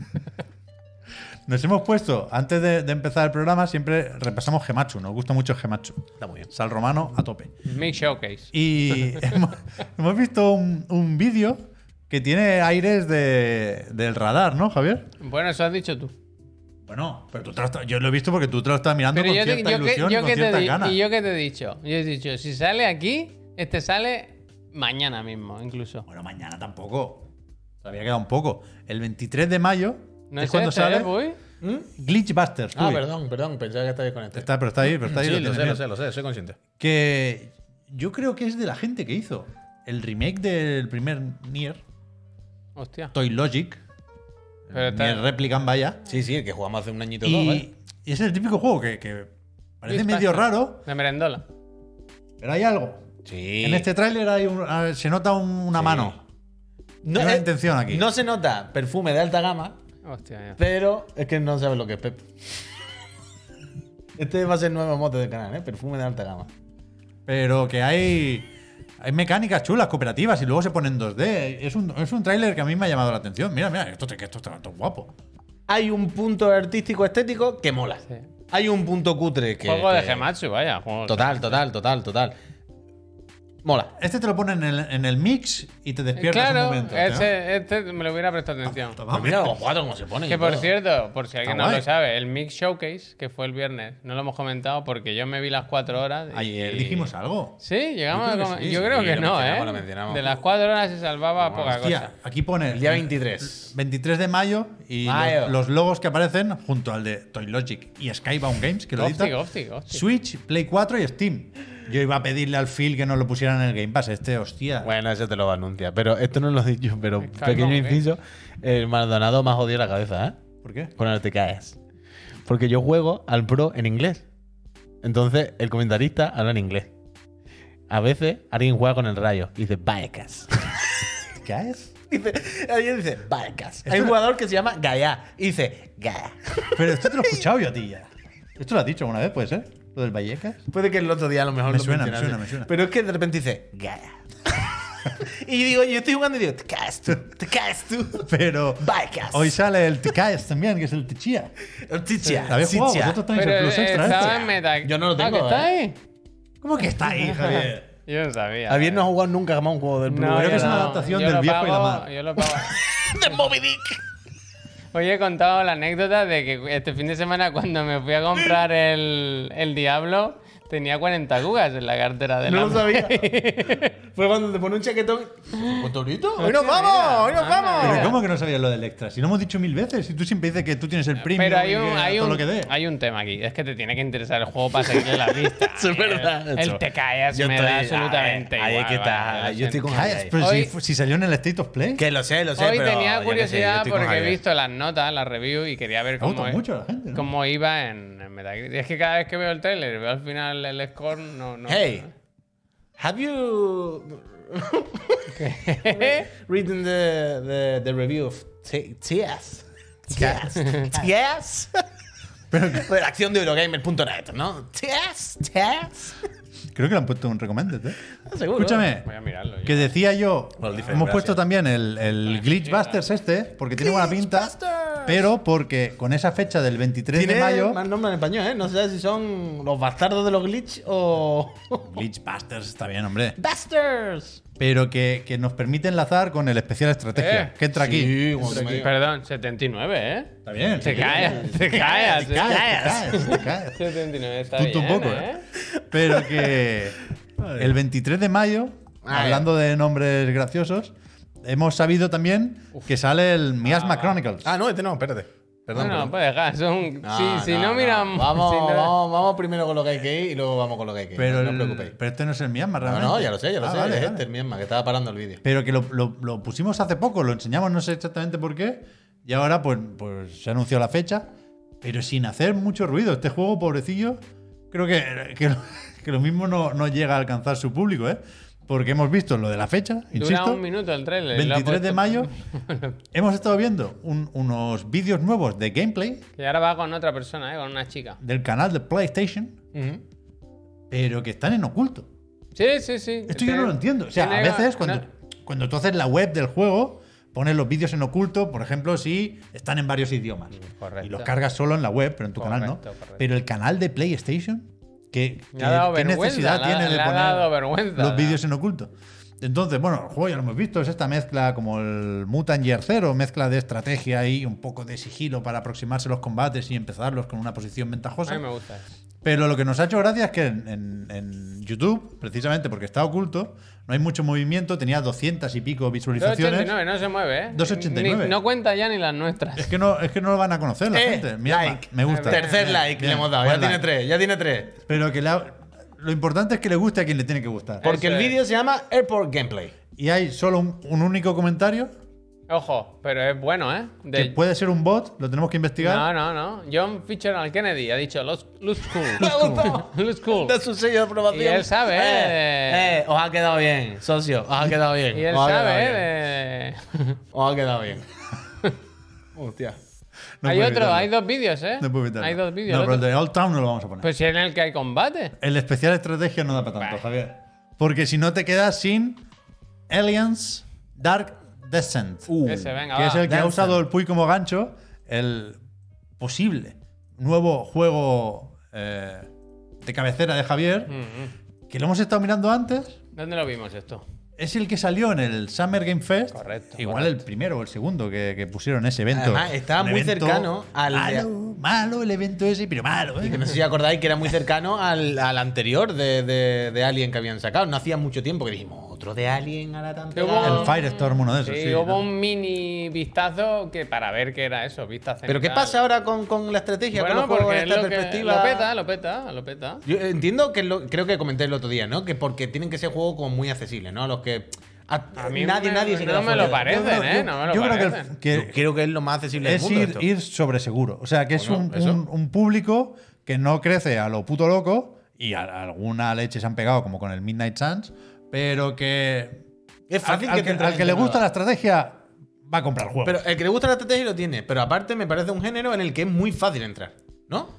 A: Nos hemos puesto, antes de, de empezar el programa, siempre repasamos Gematsu. Nos gusta mucho Gematsu.
B: Está muy bien.
A: Sal romano a tope.
C: Mix Showcase.
A: Y hemos, hemos visto un, un vídeo que tiene aires de, del radar, ¿no, Javier?
C: Bueno, eso has dicho tú.
A: Bueno, pero tú te lo estás- yo lo he visto porque tú te lo estás mirando
C: Pero
A: con
C: yo, te-
A: cierta
C: yo que,
A: ilusión y
C: yo
A: con
C: que te
A: ciertas
C: di-
A: ganas.
C: y yo que te he dicho, yo he dicho, si sale aquí, este sale mañana mismo, incluso.
A: Bueno, mañana tampoco. Todavía queda un poco. El 23 de mayo
C: ¿No
A: es,
C: es
A: cuando
C: este,
A: sale
C: eh, Puy?
B: ¿Mm?
A: Glitchbusters.
B: Ah,
A: uy.
B: perdón, perdón, pensaba que estaba desconectado.
A: Está, pero está ahí, pero está ahí.
B: sí,
A: lo
B: lo,
A: tienes
B: sé, lo
A: bien.
B: sé, lo sé, soy consciente.
A: Que yo creo que es de la gente que hizo el remake del primer Nier,
C: Hostia.
A: Toy Logic.
C: Pero está-
A: Nier Replicant, vaya.
B: Sí, sí, el que jugamos hace un añito o dos, ¿eh?
A: Y, y es el típico juego que, que parece
C: Glitchbusters.
A: medio raro,
C: De merendola.
A: pero hay algo.
B: Sí.
A: En este tráiler hay un- ah, se nota un- una
B: Sí.
A: mano. hay una
B: eh,
A: intención aquí.
B: No se nota perfume de alta gama,
C: Hostia, ya.
B: pero es que no sabes lo que es Pep. Este va a ser el nuevo mote del canal, ¿eh? Perfume de alta gama.
A: Pero que hay. Hay mecánicas chulas, cooperativas, y luego se ponen 2D. Es un, es un tráiler que a mí me ha llamado la atención. Mira, mira, esto, te- que esto está todo guapo.
B: Hay un punto artístico estético que mola.
C: Sí.
B: Hay un punto cutre que.
C: Juego de
B: que-
C: Gematsu, vaya. juego-
B: Total, total, total, total. Mola.
A: Este te lo ponen en el, en el mix y te despiertas un
C: Claro,
A: momento. Ah, ¿no?
C: ese- este me lo hubiera prestado atención.
A: Toma,
B: Pues mira los cuatro cómo se ponen. y
C: Que por
B: todo.
C: cierto, por si alguien
A: Está
C: no
A: guay.
C: lo sabe, el Mix Showcase, que fue el viernes, no lo hemos comentado porque yo me vi las cuatro horas. y-
B: eh,
A: Ayer dijimos algo.
C: Sí, llegamos
A: Yo creo
C: a
A: que
C: comer-
A: sí,
C: Yo
A: sí,
C: creo
B: sí,
C: que
B: lo
C: no,
B: mencionamos,
C: ¿eh?
B: lo mencionamos.
C: De las cuatro horas se salvaba poca
A: Hostia,
C: cosa.
A: aquí pone.
B: El día 23.
A: 23 de mayo y
B: Mayo.
A: Los, los logos que aparecen junto al de Toy Logic y Skybound Games, que lo edita.
C: Optic, optic, optic.
A: Switch, Play 4 y Steam. Yo iba a pedirle al Phil que no lo pusieran en el Game Pass. Este, hostia.
B: Bueno, eso te lo anuncia. Pero esto no lo he dicho, pero
C: Está
B: pequeño
C: como
B: inciso. El Maldonado me ha jodido la cabeza, ¿eh?
A: ¿Por qué?
B: Con el te caes. Porque yo juego al pro en inglés. Entonces, el comentarista habla en inglés. A veces alguien juega con el rayo y dice Baecas.
A: ¿Qué es?
B: Dice, alguien dice Baecas. Hay un jugador que se llama Gaia y dice Gaia.
A: Pero esto te lo he escuchado yo a ti ya. ¿Esto lo has dicho alguna vez, puede ser? ¿Lo del Vallecas?
B: Puede que el otro día a lo mejor
A: Me
B: lo
A: suena, me
B: mencionase.
A: suena, me suena.
B: Pero es que de repente dice Gaia. Y digo, yo estoy jugando y digo, te caes tú, te caes tú.
A: Pero
B: Vacas.
A: hoy sale el Ticaes también, que es el Tichia.
B: Chicha,
A: ¿La habéis jugado?
B: chicha.
A: ¿Vosotros tenéis
C: Pero
A: el Plus
C: eh,
A: Extra este?
C: estaba en meta.
B: Yo no lo tengo,
C: Ah, ¿que está
B: eh.
C: ahí?
A: ¿Cómo que está ahí, Javier?
C: Yo no sabía.
B: Javier no ha jugado nunca jamás un juego del Blue.
C: No,
A: Creo
C: yo
A: que es una
C: no.
A: adaptación
C: Yo
A: del
C: lo
A: viejo y la
C: pago,
A: mar.
C: Yo lo pago.
B: de Moby Dick.
C: Hoy he contado la anécdota de que este fin de semana cuando me fui a comprar el, el Diablo tenía 40 gugas en la cartera de
B: No
C: la
B: lo sabía. Fue cuando te pone un chaquetón. ¿Cuánto grito? ¡Hoy nos
C: Hostia, mira,
B: vamos! ¡Hoy nos
C: anda,
B: vamos!
A: Pero ¿cómo que no sabías lo del Extra? Si lo hemos dicho mil veces, si tú siempre dices que tú tienes el premium
C: Pero hay
A: y
C: un,
A: que
C: hay,
A: todo
C: un,
A: lo que dé.
C: hay un tema aquí. Es que te tiene que interesar el juego para seguirle la pista.
B: Eso es verdad,
C: El-
B: eso.
C: El te callas
B: Yo
C: me da
B: estoy-
C: absolutamente
B: Ay, ay,
C: igual.
B: ¿qué tal?
C: vale, lo
B: Yo estoy
C: siento.
B: con
A: Callas,
B: Javier.
A: pero
C: Hoy-
A: si, fu- si salió en el State of Play.
B: Que lo sé, lo sé.
C: Hoy
B: pero
C: tenía
B: yo qué sé, yo
C: curiosidad
B: estoy con
C: porque he
B: Javier.
C: visto las notas, las reviews y quería ver
A: Me gusta
C: cómo, es-
A: mucho la gente, ¿no?
C: cómo iba en, en Metacritic. Es que cada vez que veo el trailer, veo al final el score, no... no
B: Hey, have you written the, the, the review of T- TS? TS. TS. Redacción de Eurogamer.net, ¿no? TS. TS.
A: Creo que le han puesto un recommended, ¿eh?
B: Seguro.
A: Escúchame,
C: Voy a mirarlo. yo.
A: que decía yo,
B: Well, different,
A: hemos
B: gracias.
A: puesto también el, el Glitch Busters este, porque tiene buena pinta,
B: Glitchbusters.
A: pero porque con esa fecha del 23 de
B: Tiene
A: mayo...
B: más nombre en español, ¿eh? No sé si son los bastardos de los glitch o...
A: Glitch Busters está bien, hombre.
B: ¡Bastards!
A: Pero que, que nos permite enlazar con el especial estrategia,
C: Eh,
A: que entra aquí.
B: Sí,
A: Entra
B: guau,
A: aquí.
C: Perdón, 79, ¿eh?
A: Está bien.
C: Se
A: sí.
C: callas, se callas, se
A: Te
C: callas.
A: callas, te callas, te callas.
C: 79 está
A: Punto un
C: bien,
A: poco,
C: ¿eh?
A: ¿eh? Pero que el 23 de mayo,
B: Ay.
A: hablando de nombres graciosos, hemos sabido también que sale el Miasma Chronicles.
B: Ah, no, este no, espérate. Perdón.
C: no,
B: perdón.
C: no, pues dejar, son...
B: No,
C: si, si no, miramos...
B: Vamos,
C: si no-
B: vamos, vamos primero con lo que hay que ir y luego vamos con lo que hay que ir.
A: Pero,
B: no os
A: el-
B: preocupéis.
A: pero este no es el Miasma,
B: No,
A: realmente.
B: no, ya lo sé, ya lo
A: Ah,
B: sé.
A: vale,
B: es
A: vale.
B: este el mismo, que estaba parando el vídeo.
A: Pero que lo, lo- lo pusimos hace poco, lo enseñamos, no sé exactamente por qué. Y ahora, pues, pues se anunció la fecha, pero sin hacer mucho ruido. Este juego, pobrecillo, creo que, que, lo- que lo mismo no, no llega a alcanzar su público, ¿eh? Porque hemos visto lo de la fecha,
C: Dura
A: insisto.
C: un minuto eh, el trailer. y lo ha
A: 23 de
C: puesto-
A: mayo hemos estado viendo un- unos vídeos nuevos de gameplay
C: Que ahora va con otra persona, ¿eh? Con una chica.
A: del canal de PlayStation, pero que están en oculto.
C: Sí, sí, sí.
A: Esto yo
C: Tiene-
A: no lo entiendo. O sea, a
C: tiene-
A: veces cuando,
C: no-
A: cuando tú haces la web del juego, pones los vídeos en oculto, por ejemplo, si están en varios idiomas.
C: Mm, correcto.
A: Y los cargas solo en la web, pero en tu canal no.
C: Correcto, correcto.
A: Pero el canal de PlayStation, ¿qué,
C: Me
A: qué-
C: ha dado
A: qué
C: vergüenza,
A: necesidad
C: le ha-
A: tiene de
C: le ha
A: poner
C: dado vergüenza,
A: los
C: la-
A: vídeos en oculto? Entonces, bueno, el juego ya lo hemos visto, es esta mezcla como el Mutant Year Zero, mezcla de estrategia y un poco de sigilo para aproximarse a los combates y empezarlos con una posición ventajosa.
C: A mí me gusta.
A: Pero lo que nos ha hecho gracia es que en, en- en YouTube, precisamente porque está oculto, no hay mucho movimiento, tenía 200 y pico visualizaciones.
C: 289, no se mueve, ¿eh?
A: 2,89.
C: Ni- no cuenta ya ni las nuestras.
A: Es que no, es que no lo van a conocer la
B: Eh,
A: gente. Mira,
B: like.
A: me gusta.
B: Tercer
A: Bien,
B: like
A: bien,
B: le hemos dado.
A: buen
B: Ya tiene
A: like.
B: tres, ya tiene tres.
A: Pero que le ha- lo importante es que le guste a quien le tiene que gustar.
B: Porque
C: Eso
B: el
C: es.
B: vídeo se llama Airport Gameplay.
A: Y hay solo un, un único comentario,
C: Ojo, pero es bueno, ¿eh? De-
A: que puede ser un bot, lo tenemos que investigar.
C: No, no, no. John Fitzgerald Kennedy ha dicho, "Los- looks
B: Me ha
C: cool.
B: gustado.
C: looks cool.
B: Da su sello de aprobación.
C: Y él sabe,
B: Eh,
C: eh.
B: eh, os ha quedado bien, socio. Os ha quedado bien.
C: Y él
B: os ha quedado
C: sabe,
B: bien,
C: ¿eh? de-
B: Os ha quedado bien. Hostia.
A: No
C: hay
A: puedo
C: otro,
A: evitarlo.
C: hay dos vídeos, ¿eh?
A: No puedo evitarlo.
C: Hay dos vídeos.
A: No,
C: el
A: pero el
C: otro-
A: de Old Town no lo vamos a poner.
C: Pues si en el que hay combate.
A: El especial estrategia no da para tanto,
C: Bah.
A: Javier. Porque si no te quedas sin Aliens Dark Descent.
C: Ese, venga,
A: que
C: va.
A: es el que ha
B: Uh. Descent.
A: usado el Puy como gancho. El posible nuevo juego eh, de cabecera de Javier.
C: Mm,
A: Que lo hemos estado mirando antes.
C: ¿Dónde lo vimos esto?
A: Es el que salió en el Summer Game Fest.
C: Correcto,
A: Igual el primero o el segundo que, que pusieron ese evento.
B: Además, estaba
A: Un
B: muy
A: evento
B: cercano al de-
A: Malo, malo el evento ese, pero malo. ¿eh?
B: Que no sé si acordáis que era muy cercano al, al anterior de, de- de Alien que habían sacado. No hacía mucho tiempo que dijimos, otro de Alien a la tan
C: Pero
B: pegada".
C: hubo-
A: El Firestorm, uno de esos.
C: Sí,
A: sí,
C: hubo
A: ¿no?
C: un mini vistazo que para ver qué era eso, vista
B: Pero ¿qué
C: cenital.
B: pasa ahora con, con la estrategia? con
C: Bueno,
B: los juegos
C: porque
B: en
C: es
B: esta
C: lo que-
B: perspectiva?
C: lo peta, lo peta, lo peta.
B: Yo entiendo que lo- creo que comenté el otro día, ¿no? Que porque tienen que ser juegos como muy accesibles, ¿no? Los que a-
C: A mí
B: nadie,
C: me-
B: nadie se
C: no
B: queda
C: me
B: fuera.
C: lo parece.
A: Yo creo-
C: Parecen, ¿eh?
A: yo-
C: No me lo
A: Yo creo que el-
C: parecen.
A: que,
B: Yo creo que es lo más accesible del
A: es
B: mundo.
A: ir,
B: esto.
A: ir sobre seguro. O sea, que es
B: Bueno,
A: un,
B: eso.
A: un- un público que no crece a lo puto loco y a, a alguna leche se han pegado, como con el Midnight Suns, pero que.
B: Es fácil
A: al,
B: que
A: al
B: te entre
A: al que le
B: gente
A: gusta
B: nueva.
A: la estrategia va a comprar juegos.
B: Pero el que le gusta la estrategia lo tiene. Pero aparte me parece un género en el que es muy fácil entrar, ¿no?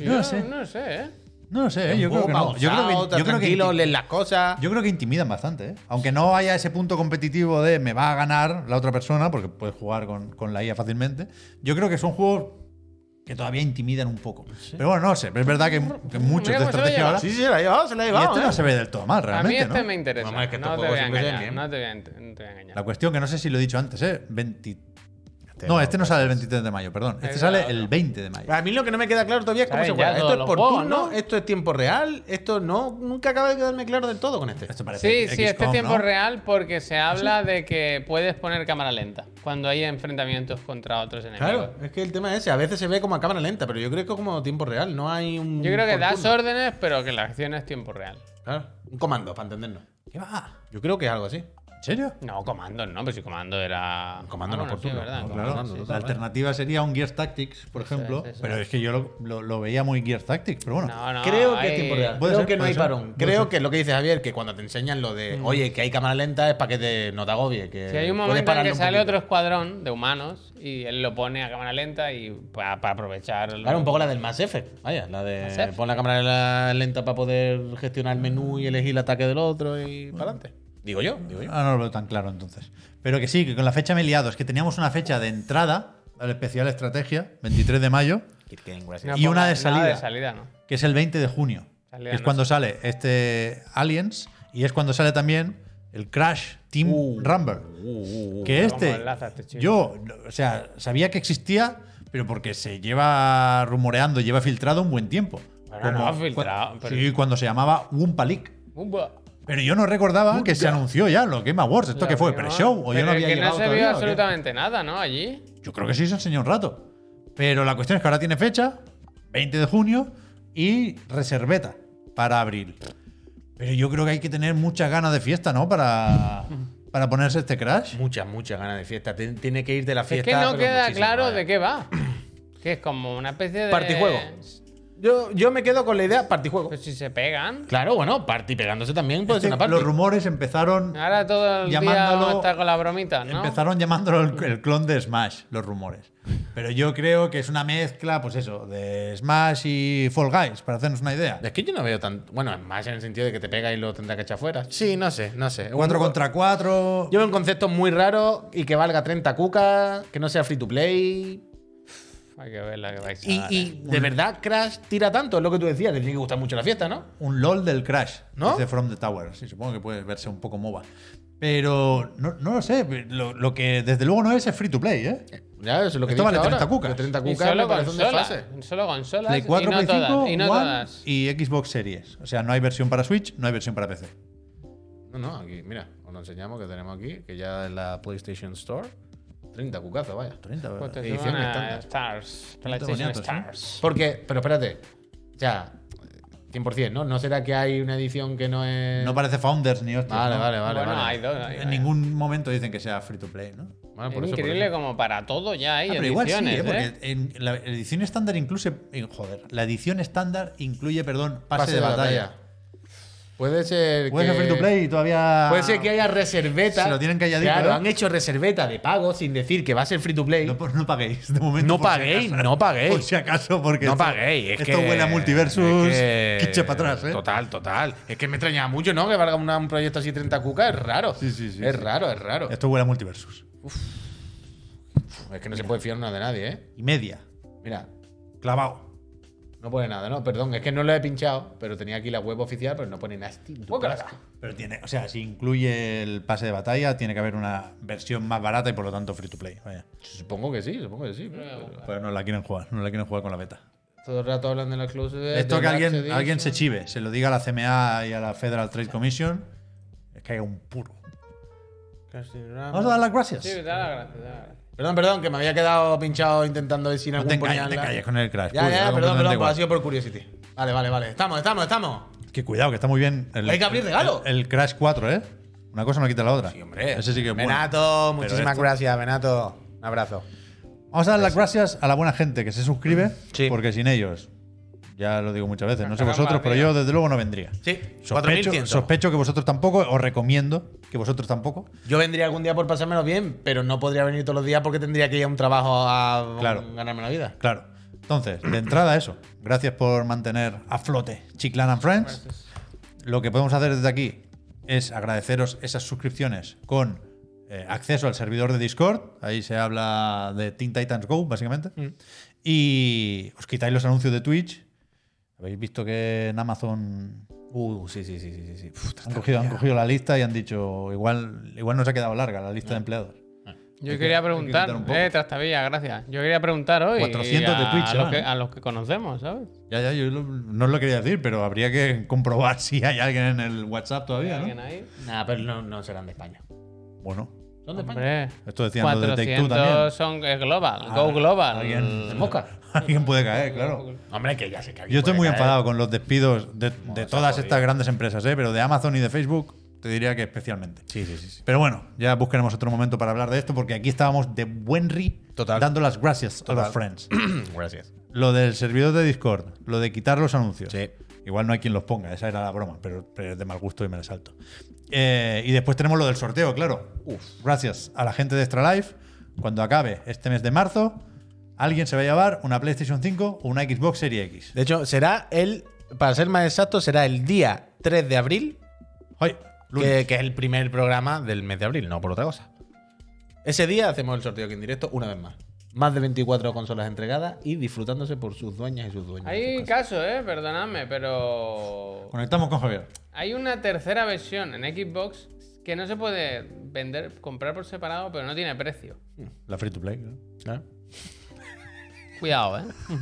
A: Yo no sé.
C: No sé, ¿eh?
A: No lo sé, ¿eh? yo
B: Un poco
A: creo que no. Yo creo que,
B: pausado,
A: yo creo que-
B: tranquilo, lees las cosas.
A: yo creo que intimidan bastante, ¿eh? Aunque no haya ese punto competitivo de me va a ganar la otra persona, porque puedes jugar con, con la IA fácilmente. Yo creo que son juegos que todavía intimidan un poco. Pero bueno, no sé. pero Es verdad que, que muchos de
C: Mira cómo se lo
A: estrategia
C: lleva.
A: ahora.
B: sí, sí, se la ha llevado, se la ha
A: y
B: llevado.
A: este no
B: ¿eh?
A: se ve del todo mal,
C: A mí
A: realmente.
C: este
A: ¿no?
C: me interesa.
B: Mamá, es que
C: no,
B: estos
C: te voy a
B: juegos siempre
C: engañar,
B: tienen-
C: no te voy a ent- no te voy a engañar.
A: La cuestión que no sé si lo he dicho antes, ¿eh? 20 no, este no sale el 23 de mayo, perdón. Este
C: Es
A: sale
C: verdad,
A: el
C: no.
A: 20 de mayo.
B: A mí lo que no me queda claro todavía es cómo
C: Saben
B: se
C: ya
B: juega. Esto
C: todos
B: es
C: los
B: por
C: juegos,
B: turno,
C: ¿no?
B: esto es tiempo real, esto no, nunca acaba de quedarme claro del todo con este.
A: Esto
C: Sí,
A: parece
C: sí, este
A: XCOM,
C: tiempo
A: ¿no?
C: real porque se habla de que puedes poner cámara lenta cuando hay enfrentamientos contra otros enemigos.
B: Claro, es que el tema es ese, a veces se ve como a cámara lenta, pero yo creo que es como tiempo real, no hay un...
C: Yo creo que
B: por
C: das
B: turno.
C: órdenes, pero que la acción es tiempo real.
B: Claro, un comando, para entendernos.
A: ¿Qué va?
B: Yo creo que es algo así.
A: ¿En serio?
C: No, comandos no, pero si comando era.
B: Comando
C: Ah,
B: no
C: bueno,
B: por
C: sí,
B: turno,
C: verdad.
B: no,
A: Claro,
C: comando,
B: hablando,
C: sí,
A: la
B: total,
A: alternativa sería un Gears Tactics, por
C: Eso
A: ejemplo.
C: es, eso
A: pero
C: es.
A: es que yo lo, lo- lo veía muy Gears Tactics, pero bueno.
C: No, no,
B: creo que
C: hay-
B: es tiempo real.
A: Puede
B: Creo
A: ser,
B: que no
A: puede
B: hay
A: ser,
B: parón.
A: puede
B: Creo
A: ser.
B: que es lo que dice Javier, que cuando te enseñan lo de, oye, que hay cámara lenta es para que te, no te agobie. Que
C: Mm. Si hay un
B: puedes
C: momento en
B: pararlo
C: que
B: un
C: sale
B: poquito.
C: otro escuadrón de humanos y él lo pone a cámara lenta y para aprovechar.
B: Claro, un poco la del Mass Effect. Vaya, la
C: Mass
B: de
C: Effect.
B: pon la cámara la- lenta para poder gestionar
A: Mm.
B: el menú y elegir el ataque del otro y para adelante. Digo yo, digo yo.
A: Ah, no lo veo tan claro entonces. Pero que sí, que con la fecha me he liado. Es que teníamos una fecha de entrada al especial estrategia, 23 de mayo,
C: No
A: Y una de
C: pongas nada
A: salida.
C: de salida, no.
A: que es el 20 de junio.
C: Salida,
A: que es
C: no
A: cuando sale este Aliens y es cuando sale también el Crash Team
C: Uh,
A: Rumble. que
C: cómo
A: este,
C: enlazas, te uh, chico.
A: yo, o sea, sabía que existía, pero porque se lleva rumoreando, lleva filtrado un buen tiempo.
C: Bueno, no, filtrado,
A: cua-
C: pero-
A: Sí, cuando se llamaba Wumpa League.
C: Bumba.
A: Pero yo no recordaba que se anunció ya los Game Awards. ¿Esto
C: La
A: que fue?
C: primera-
A: ¿Pre-show? ¿O yo
C: Pero
A: no había
C: que
A: llegado
C: no se
A: todavía,
C: vio
A: o qué?
C: absolutamente nada, ¿no? Allí.
A: Yo creo que sí se enseñó un rato. Pero la cuestión es que ahora tiene fecha, 20 de junio, y reserveta para abril. Pero yo creo que hay que tener muchas ganas de fiesta, ¿no? Para, para ponerse este crash.
B: Muchas, muchas ganas de fiesta. Tien- Tiene que ir de la
C: Es
B: fiesta.
C: que no
B: pero
C: queda
B: muchísimo,
C: claro
A: ¿eh?
B: vaya.
C: de qué va. Que es como una especie de.
B: Partijuego. Yo, yo me quedo con la idea partijuego.
C: Pues si se pegan.
B: Claro, bueno, party pegándose también puede
A: Es que
B: ser una party.
A: los rumores empezaron,
C: Ahora todo el día
A: Llamándolo-
C: vamos a estar con las bromitas, Ah, ¿no?
A: empezaron llamándolo el, el clon de Smash, los rumores. Pero yo creo que es una mezcla, pues eso, de Smash y Fall Guys, para hacernos una idea.
B: Es que yo no veo tan. Bueno, es más en el sentido de que te pega y lo tendrá que echar fuera. Sí, no sé, no sé.
A: 4 contra 4.
B: Yo veo un concepto muy raro y que valga 30 cucas, que no sea free to play.
C: Hay que ver la que vais a
B: Y,
C: dar,
B: y
C: ¿eh?
B: de verdad, Crash tira tanto, es lo que tú decías, te tiene que gustar mucho la fiesta, ¿no?
A: Un LOL del Crash.
B: ¿No?
A: Dice From the Tower. Sí, supongo que puede verse un poco MOBA. Pero no, no lo sé. Lo, lo que desde luego no es es free to play, ¿eh?
B: Ya, eso es lo que
A: Esto
B: he dicho
A: vale
B: ahora.
A: 30 cucas.
B: Los 30
C: Y
B: cucas
C: solo
B: me parece un
C: consolas.
B: desfase.
C: Solo consolas.
A: Play 4,
C: y no
A: Play 5,
C: todas. Y no
A: One
C: todas.
A: y Xbox Series. O sea, no hay versión para Switch, no hay versión para PC.
B: No, no, aquí, mira, os lo enseñamos que tenemos aquí, que ya en la PlayStation Store, 30 cucazos, vaya.
A: 30, ¿verdad?
C: Pues te
B: Edición
C: suben a
B: estándar.
C: Stars.
A: Punto
C: PlayStation
A: boniato, ¿sí?
C: Stars.
B: Porque, pero espérate, o sea, 100%, ¿no? ¿No será que hay una edición que no es...?
A: No parece Founders ni hostias.
B: Vale,
A: ¿no?
B: vale, vale.
C: Bueno,
B: vale.
C: hay dos. hay-
A: En ningún Ah, momento dicen que sea free to play, ¿no?
B: Vale,
C: Es
B: por eso, por
C: increíble
B: eso.
C: como para todo ya hay
A: Ah, pero igual sí,
C: ediciones,
A: ¿eh?
C: ¿eh?
A: porque en la edición estándar incluye. eh, Joder, la edición estándar incluye, perdón, pase, de, batalla.
B: Puede ser
A: Puede
B: que...
A: ser free to play y todavía.
B: Puede ser que haya reserveta.
A: Se lo tienen calladito,
B: Claro,
A: ¿eh?
B: han hecho reserveta de pago sin decir que va a ser free to play.
A: No, pues no paguéis, de momento.
B: No
A: por si
B: paguéis,
A: acaso.
B: no paguéis.
A: Por si acaso, porque.
B: no
A: esto-
B: paguéis. Es
A: esto
B: que,
A: huele a multiversus.
B: es que-
A: quiche para atrás, ¿eh?
B: Total, total. Es que me extrañaba mucho, ¿no? Que valga una- un proyecto así 30 cucas. Es raro.
A: Sí, sí, sí,
B: Es
A: sí.
B: raro, es raro.
A: Esto huele a multiversus.
B: Es que no se puede fiar nada de nadie, ¿eh?
A: Y media.
B: Mira,
A: Clavado.
B: no pone nada, ¿no? Perdón, es que no lo he pinchado, pero tenía aquí la web oficial, pero no pone nasty.
A: Pero tiene. O sea, si incluye el pase de batalla, tiene que haber una versión más barata y por lo tanto free to play. Vaya.
B: Supongo que sí, supongo que sí.
A: Pero no la quieren jugar, no la quieren jugar con la beta.
B: Todo el rato hablan de la cláusula.
A: Esto
B: del
A: que alguien,
B: Access
A: alguien se
B: Edition.
A: chive, se lo diga a la CMA y a la Federal Trade Commission, es que hay un puro. Vamos a dar las gracias.
C: Sí, da la gracia, da la gracia.
B: Perdón, perdón, que me había quedado pinchado intentando decir
A: no
B: algún
A: te engañes,
B: ponían
A: te
B: la-
A: calles con el crash.
B: Ya,
A: Uy,
B: ya,
A: algo
B: perdón,
A: que no te
B: perdón, pues
A: igual.
B: ha sido por curiosity. Vale, vale, vale. Estamos, estamos, estamos.
A: Que cuidado, que está muy bien. El,
B: Hay que abrir regalo.
A: El, el Crash 4, ¿eh? Una cosa no quita la otra.
B: Sí, hombre.
A: Ese sí que es bueno.
B: Benato,
A: Pero
B: muchísimas
A: esto-
B: gracias, Benato. Un abrazo.
A: Vamos a dar las gracias a la buena gente que se suscribe,
B: Sí.
A: porque sin ellos, ya lo digo muchas veces, no sé
C: Caramba,
A: vosotros, pero
C: tío.
A: yo desde luego no vendría.
B: Sí,
A: Sospecho,
B: 4100.
A: sospecho que vosotros tampoco, os recomiendo que vosotros tampoco.
B: Yo vendría algún día por pasármelo bien, pero no podría venir todos los días porque tendría que ir a un trabajo a
A: Claro.
B: ganarme la vida.
A: Claro. Entonces, de entrada eso. Gracias por mantener a flote Chiclan and Friends. Lo que podemos hacer desde aquí es agradeceros esas suscripciones con eh, acceso al servidor de Discord. Ahí se habla de Teen Titans Go, básicamente.
B: Mm.
A: Y os quitáis los anuncios de Twitch. Habéis visto que en Amazon
B: Uh, sí, sí, sí, sí, sí, sí. Uf,
A: han cogido, han cogido la lista y han dicho, igual, igual nos ha quedado larga la lista de empleados.
C: Yo
A: Hay que- hay
C: quería
A: que
C: preguntar,
A: quitar un poco.
C: eh, Trastavilla, gracias. Yo quería preguntar hoy
A: 400 de
C: a,
A: Twitch,
C: los
A: ¿eh?
C: que, a los que conocemos, ¿sabes?
A: Ya, ya, yo lo- no os lo quería decir, pero habría que comprobar si hay alguien en el WhatsApp todavía,
C: ¿Alguien
A: ¿no?
C: ahí?
B: Nah, pero no, no serán de España.
A: Bueno,
B: ¿Son de España?
C: Hombre,
A: esto decían los de Take Two
C: 400
A: también.
C: son eh, global,
A: Ah,
C: Go Global.
A: alguien-
B: ¿De Mosca?
A: Alguien puede caer, claro.
B: Hombre, que ya sé que aquí
A: Yo estoy
B: puede
A: muy
B: caer.
A: enfadado con los despidos de, de
B: se ha
A: todas
B: jodido.
A: estas grandes empresas, ¿eh? pero de Amazon y de Facebook te diría que especialmente.
B: Sí, sí, sí. sí.
A: Pero bueno, ya buscaremos otro momento para hablar de esto porque aquí estábamos de buen ri
B: Total.
A: dando las gracias a los friends.
B: ¿eh? Gracias.
A: Lo del servidor de Discord, lo de quitar los anuncios.
B: Sí.
A: Igual no hay quien los ponga, esa era la broma, pero, pero es de mal gusto y me la salto. Eh, y después tenemos lo del sorteo, claro. Gracias a la gente de Extra Life. Cuando acabe este mes de marzo, alguien se va a llevar una PlayStation 5 o una Xbox Series X.
B: De hecho, será el, para ser más exacto, será el día 3 de abril,
A: Hoy, lunes.
B: que, que es el primer programa del mes de abril, no por otra cosa. Ese día hacemos el sorteo aquí en directo una vez más. Más de 24 consolas entregadas y disfrutándose por sus dueñas y sus dueños. en
C: Hay
B: sus casas.
C: casos, ¿eh? Perdonadme, pero...
A: Conectamos con Javier.
C: Hay una tercera versión en Xbox que no se puede vender, comprar por separado, pero no tiene precio.
A: La free to play. ¿no?
B: ¿Eh?
C: Cuidado, ¿eh?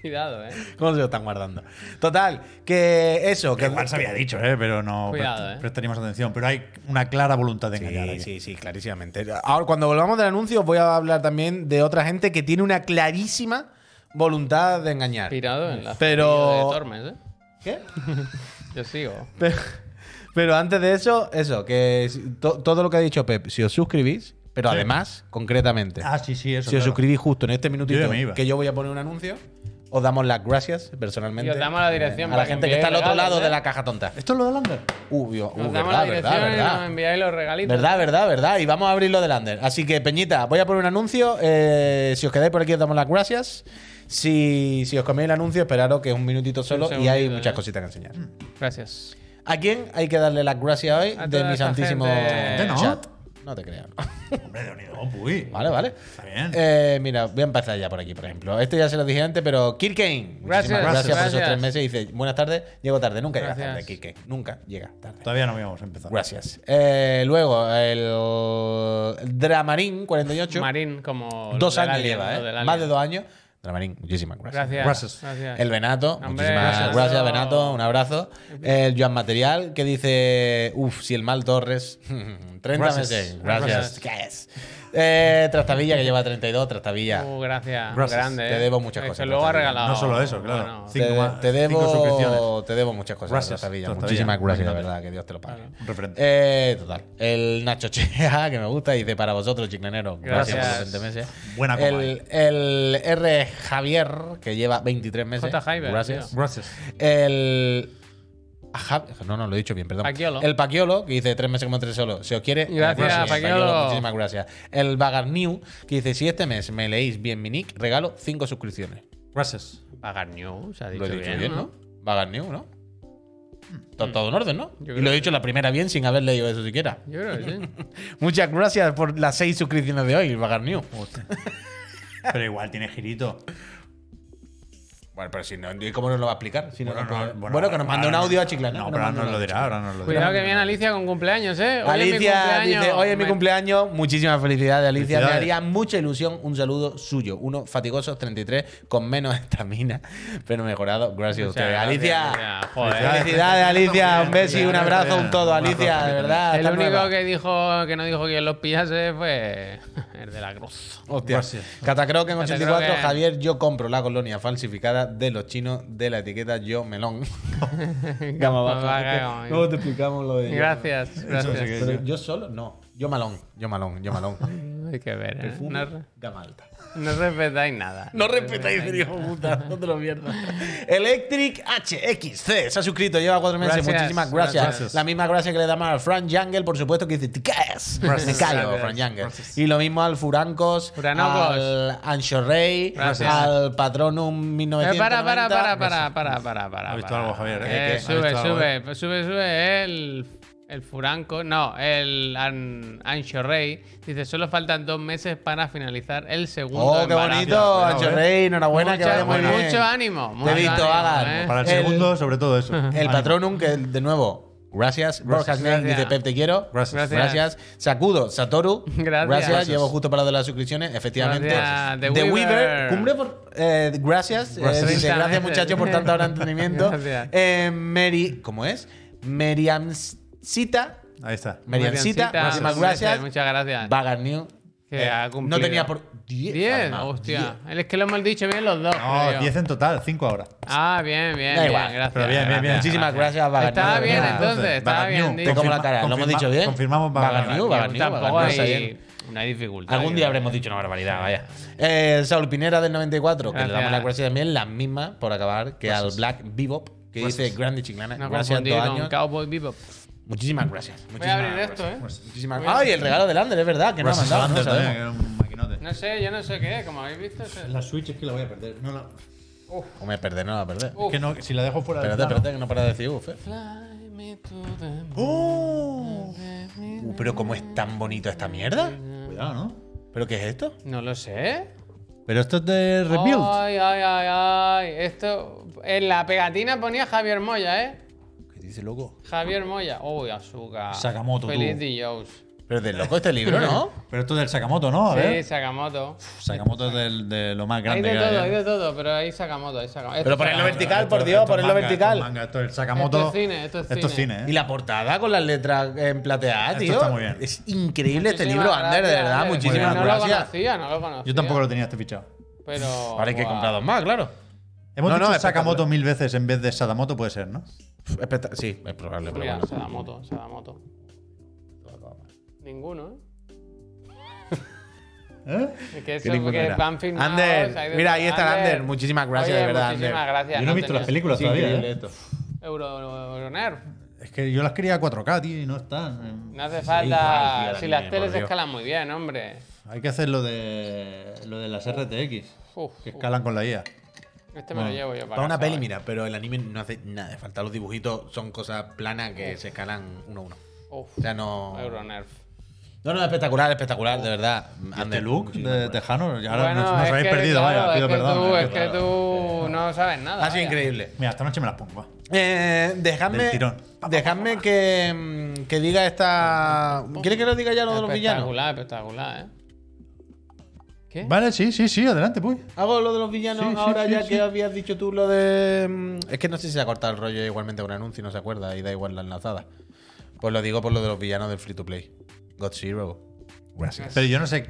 C: Cuidado, ¿eh?
B: ¿Cómo se lo están guardando? Total, que eso, que
A: Igual se había dicho, ¿eh? pero no
C: Cuidado,
A: prest-
C: ¿eh?
A: prestaríamos atención. Pero hay una clara voluntad de engañar.
B: Sí,
A: aquí.
B: sí, sí, clarísimamente. Ahora, cuando volvamos del anuncio, os voy a hablar también de otra gente que tiene una clarísima voluntad de engañar.
C: Inspirado en la
B: Pero-
C: de Tormes, ¿eh?
B: ¿Qué?
C: Yo sigo.
B: Pero, pero antes de eso, eso, que si- to- todo lo que ha dicho Pep, si os suscribís, pero
A: Sí.
B: además, concretamente,
A: Ah, sí, sí, eso.
B: si os
A: claro.
B: suscribís justo en este minutito
A: Yo ya me iba.
B: que yo voy a poner un anuncio, os damos las gracias personalmente.
C: Y os damos la dirección
B: A
C: para
B: la
C: que
B: gente que
C: enviéis
B: está al otro
C: regalos,
B: lado
C: ¿eh?
B: de la caja tonta.
A: ¿Esto es lo de Lander?
B: Uy, uy,
C: Nos
A: Uh,
B: uy,
C: damos
B: verdad,
C: la
B: Uh, verdad,
C: dirección y
B: verdad.
C: nos enviáis los regalitos.
B: Verdad, verdad, verdad. Y vamos a abrir lo del Lander. Así que, Peñita, voy a poner un anuncio. Eh, si os quedáis por aquí, os damos las gracias. Si, si os coméis el anuncio, esperaros que es un minutito solo y hay
C: segundito,
B: muchas
C: ¿eh?
B: cositas que enseñar.
C: Gracias.
B: ¿A quién hay que darle las gracias hoy
C: A
B: de
C: toda
B: mi
C: esta
B: santísimo
C: gente.
A: ¿No?
B: chat? No te creas.
A: Hombre, de unido, uy.
B: vale, vale.
A: Está bien.
B: Eh, mira, voy a empezar ya por aquí, por ejemplo. Este ya se lo dije antes, pero Kirkane.
C: Gracias,
B: gracias, por esos
C: gracias.
B: tres meses. Dice, buenas tardes, llego tarde. Nunca llega
C: Gracias.
B: tarde, Kirkane. Nunca llega tarde.
A: Todavía no habíamos empezado.
B: Gracias. Eh, luego, el Dramarín 48.
C: Marín, como.
B: dos
C: del
B: años
C: alien,
B: lleva,
C: lo del
B: ¿eh?
C: alien.
B: Más de dos años. Dramarín, muchísimas gracias.
C: Gracias.
A: Gracias.
C: gracias.
B: El Venato,
C: Hombre,
B: muchísimas
C: gracias.
B: gracias. Venato, un abrazo. El Joan Material, que dice, uff, si el mal Torres, 30
A: Gracias.
B: meses.
C: Gracias.
B: Gracias. Yes. Eh, Trastavilla, que lleva 32, Trastavilla.
C: Uh, gracias.
A: Gracias.
C: Grande.
B: Te
C: ¿eh?
B: debo muchas
C: Eh,
B: cosas,
C: Que luego ha
B: Natalia.
C: regalado.
A: No solo eso, claro.
C: Bueno,
A: Sí.
B: Te,
A: Cinco más-
B: te
A: cinco
B: debo,
A: suscripciones.
B: te debo muchas cosas,
A: Gracias,
B: Trastavilla.
A: Trastavilla.
B: Muchísimas gracias, de
A: Imagínate.
B: verdad. Que Dios te lo pague.
A: Un referente.
B: Eh, total. El Nacho Chea, que me gusta, dice para vosotros, chicleneros. Gracias,
C: Gracias.
B: por los 20 meses.
A: Buena coma ahí.
B: el, el R. Javier, que lleva 23 meses.
C: J. Javier,
B: Gracias.
C: tío.
A: Gracias.
B: El. a Jav- No, no, lo he dicho bien, perdón.
C: Paquiolo.
B: El Paquiolo, que dice tres meses como tres solo. Si os quiere.
C: Gracias, Paquiolo.
B: Muchísimas gracias. El Bagarnew, que dice: Si este mes me leéis bien mi nick, regalo cinco suscripciones.
A: Gracias.
C: Pagar News, ha dicho,
B: Lo he dicho
C: bien,
B: bien,
C: ¿no?
B: ¿no? Bagarnew, ¿no? Todo, todo en orden, ¿no?
C: Yo
B: Y
C: creo
B: lo he dicho la primera bien sin haber leído eso siquiera.
C: Yo creo que sí.
B: Muchas gracias por las seis suscripciones de hoy, Bagarnew.
A: Pero igual tiene girito.
B: Bueno, pero si no, ¿y ¿cómo nos lo va a explicar? Si no
A: Bueno,
B: nos
A: no,
B: puede- bueno,
A: bueno,
B: que nos
A: ahora
B: mande un
A: no-
B: audio a Chiclana.
A: No,
B: que
A: pero ahora
B: mande
A: nos
B: un
A: lo
B: audio.
A: dirá, ahora nos lo dirá.
C: Cuidado que viene Alicia con cumpleaños, ¿eh? Hoy es mi
B: Alicia
C: cumpleaños.
B: dice, hoy es mi
C: Me-
B: cumpleaños, muchísimas felicidades Alicia, me
A: Felicidades.
B: haría mucha ilusión un saludo suyo, uno fatigoso 33 con menos estamina, pero mejorado, gracias a
C: Muchas
B: ustedes.
C: gracias,
B: Alicia,
C: Alicia. Joder.
B: felicidades Alicia, un besi, un
A: Felicidades.
B: abrazo, un todo,
A: Un abrazo,
B: Alicia, de verdad.
C: El
B: estás
C: único
B: nueva.
C: que dijo que no dijo que los pillase fue el de la cruz.
B: Hostia.
A: Gracias.
B: Catacroc en
C: Pues Catacroc
B: 84,
C: en-
B: Javier, yo compro la colonia falsificada de los chinos de la etiqueta Yo Melón.
C: Pues
B: Gama baja.
C: Gama baja.
B: Luego te explicamos lo de...
C: Gracias,
A: Eso sí
C: gracias.
A: que-
B: Pero yo solo, no. Yo malón, yo malón, yo malón.
C: Hay que ver. ¿eh? No, re-
B: Gama alta.
C: no respetáis nada.
B: No respetáis, hijo puta, no te lo pierdas. Electric HXC se ha suscrito, lleva cuatro meses.
C: Gracias,
B: Muchísimas gracias.
A: gracias.
B: La misma gracia que le damos al Frank Jungle, por supuesto, que dice ¡Ticas! Me
A: Gracias.
B: callo,
C: Gracias.
B: Frank Jungle. Y lo mismo al Furancos,
C: Furancos.
B: al Ancho Rey,
C: Gracias.
B: al Patronum
C: Eh,
B: 1990.
C: para, para, para, para, para, para, para.
A: Ha pues, visto
C: para.
A: algo, Javier,
C: Que-
A: ¿eh?
C: que
A: Ha visto
C: sube,
A: algo,
C: sube, sube, sube el, el Furanco. No, el An- Ancho Rey. Dice, solo faltan dos meses para finalizar el segundo
B: Oh, qué
C: embarazo".
B: bonito,
A: Enhorabuena,
B: Ancho
A: ¿eh?
B: Rey, enhorabuena,
C: Mucho,
B: que vaya muy
C: mucho
B: bien.
C: ánimo. mucho
B: visto,
C: ánimo,
B: Alan.
C: ¿eh?
A: Para el,
B: El-
A: segundo, sobre todo eso.
B: El
A: Ánimo.
B: Patronum, que de nuevo, gracias. Broadcast Name
C: Gracias.
B: dice Pep, te quiero.
A: Gracias.
B: Gracias. Sakudo, Satoru.
C: Gracias.
B: Llevo justo para lo de las suscripciones, efectivamente.
C: Gracias. The
B: The Weaver.
C: Weaver.
B: Cumbre por. eh, gracias. Eh,
A: Gracias.
B: dice, gracias, muchachos, por tanto ahora entendimiento.
C: Gracias.
B: Eh, Mary. ¿Cómo es? Meriamcita.
A: Ahí está.
B: Meriamcita. Muchísimas gracias.
C: Muchas gracias.
B: Vagar New.
C: Que
B: Eh,
C: ha
B: no
C: cumplido.
B: tenía por. 10.
C: 10,
B: además,
C: hostia.
B: 10.
C: Es que lo hemos dicho bien los dos. creo.
A: No, 10 en total, 5 ahora.
C: Ah, bien, bien,
B: Da
C: bien,
B: igual,
C: gracias.
A: pero bien, bien, bien.
C: gracias.
B: Muchísimas gracias, Vagar New.
C: Estaba
B: de
C: bien,
B: verdad.
C: entonces, estaba
A: Vagar
C: bien
A: New.
C: dicho.
B: Te como la cara, lo hemos
A: confirma-
B: dicho bien.
A: Confirmamos Vagar
B: Vagar New,
A: New.
B: Vagar New,
C: Tampoco
B: Vagar New,
C: hay,
B: ayer.
C: no hay dificultad.
B: Algún día habremos dicho una barbaridad, vaya. Eh, Saul Pinera del 94, que le damos
C: Gracias.
B: las gracias también, las mismas por acabar, que al Black Bebop, que dice Grande Chiclana.
C: No
B: gracias,
C: confundir
B: Antonio.
C: con Cowboy Bebop.
B: Muchísimas gracias.
C: Voy
B: Muchísimas
C: a abrir esto,
B: gracias.
C: ¿eh?
B: Muchísimas gracias. Ay, el regalo del Ander, es verdad, que no ha
A: Gracias a
B: mandado. No
A: Ander también, eh, que
B: sabemos.
A: era un maquinote.
C: No sé, yo no sé qué, como habéis visto. se-
E: La Switch es que la voy a perder. No la...
B: Hombre, perder, no la perder.
C: Uf.
A: Que no, que si la dejo fuera de
B: Espérate, espérate, que no para de decir uf, eh.
C: Fly me to the
A: ¡Oh!
C: moon.
B: Uh, Pero cómo es tan bonito esta mierda.
A: Cuidado, ¿no?
B: ¿Pero qué es esto?
C: No lo sé.
A: Pero esto es de
C: Ay, ay, ay, ay. Esto. En la pegatina ponía Javier Moya, ¿eh?
B: ¿Qué dice loco?
C: Javier Moya. Uy, azúcar.
A: Sakamoto, tú.
C: Feliz de Jones.
B: Pero es de loco este libro, ¿no?
A: Pero esto es del Sakamoto, ¿no? A
C: Sí,
A: ver.
C: Sakamoto.
A: Sakamoto es del- de lo más
C: Hay
A: grande que
C: de
A: hay,
C: todo,
A: ¿eh?
C: hay de todo, pero ahí Sakamoto, ahí Sakamoto.
B: Pero
C: Esto es
B: ponerlo
C: Sakamoto.
B: vertical,
A: Esto-
B: por Dios,
A: esto es
B: ponerlo
A: manga,
B: vertical.
A: Esto es manga, esto es el Sakamoto.
C: Esto es cine, esto es cine.
A: ¿eh?
B: Y la portada con las letras en plateada,
A: Esto
B: tío.
A: está muy bien.
B: Es increíble este
C: Muchísimas
B: libro, Ander, de
C: gracias,
B: verdad.
C: Ander.
B: Muchísimas
A: Muy
C: no
A: bien.
C: No lo
B: gracias.
C: conocía, no lo conocía.
A: Yo tampoco lo tenía este fichado.
C: Pero.
B: Ahora hay que
C: guau.
B: comprar dos más, claro.
A: Hemos
B: No, no,
A: dicho
B: espectacular.
A: Sakamoto mil veces en vez de Sadamoto, puede ser, ¿no?
B: Especta- sí, es probable, pero
C: Mira,
B: bueno.
C: Sadamoto, Sadamoto. Ninguno, ¿eh?
A: ¿Eh?
C: Es que
B: Que
C: eso
B: ninguno
C: porque
B: era.
C: van filmados. hay
B: Ander,
C: de
B: mira,
C: todo.
B: ahí está el Ander. Muchísimas gracias,
C: Oye,
B: de verdad, Ander.
C: Muchísimas gracias.
A: Yo no he visto las
C: tenías-
A: películas
B: Sí,
A: todavía.
B: increíble
A: ¿eh?
B: esto.
C: Euro, Euro- Euroner.
A: Es que yo las quería 4K, tío, y no están.
C: No hace
B: igual,
C: falta.
B: tío, la
C: si las
B: niña,
C: teles
B: por Dios.
C: escalan muy bien, hombre.
A: Hay que hacer lo de, lo de las RTX,
C: Uf,
A: que
C: uf.
A: escalan con la IA.
C: Este me lo llevo yo para.
B: Para una
C: casa, ¿eh?
B: peli,
C: ¿vale?
B: mira, pero el anime no hace nada de falta. Los dibujitos son cosas planas que se escalan uno a uno.
C: Uf.
B: O sea, no.
C: Euronerf.
B: No, no, espectacular, espectacular, de verdad.
A: Este
B: Ander,
A: look
B: muchísimas
A: de
B: gracias.
A: Tejano, ya ahora
C: Bueno,
A: nos, nos
C: es
A: habéis
C: que,
A: perdido,
C: claro,
A: vaya,
C: es
A: pido
C: que
A: perdón. eh.
C: Tú,
A: pero-
C: es que tú no sabes nada.
B: Ha sido
C: vaya.
B: Ah, increíble.
A: Mira, esta noche me las pongo. va.
B: Eh, dejadme
A: Del tirón.
B: dejadme que, mm, que diga esta. ¿Quieres que lo diga ya lo de los villanos?
C: Espectacular, espectacular, ¿eh? ¿Qué?
A: Vale, sí, sí, sí, adelante, pues.
B: Hago lo de los villanos
A: Sí, sí,
B: ahora
A: sí,
B: ya
A: sí.
B: que habías dicho tú lo de. mm, Es que no sé si se ha cortado el rollo igualmente con un anuncio, no se acuerda y da igual la enlazada. Pues lo digo por lo de los villanos del free to play. God Zero.
A: Gracias. Pero yo no sé.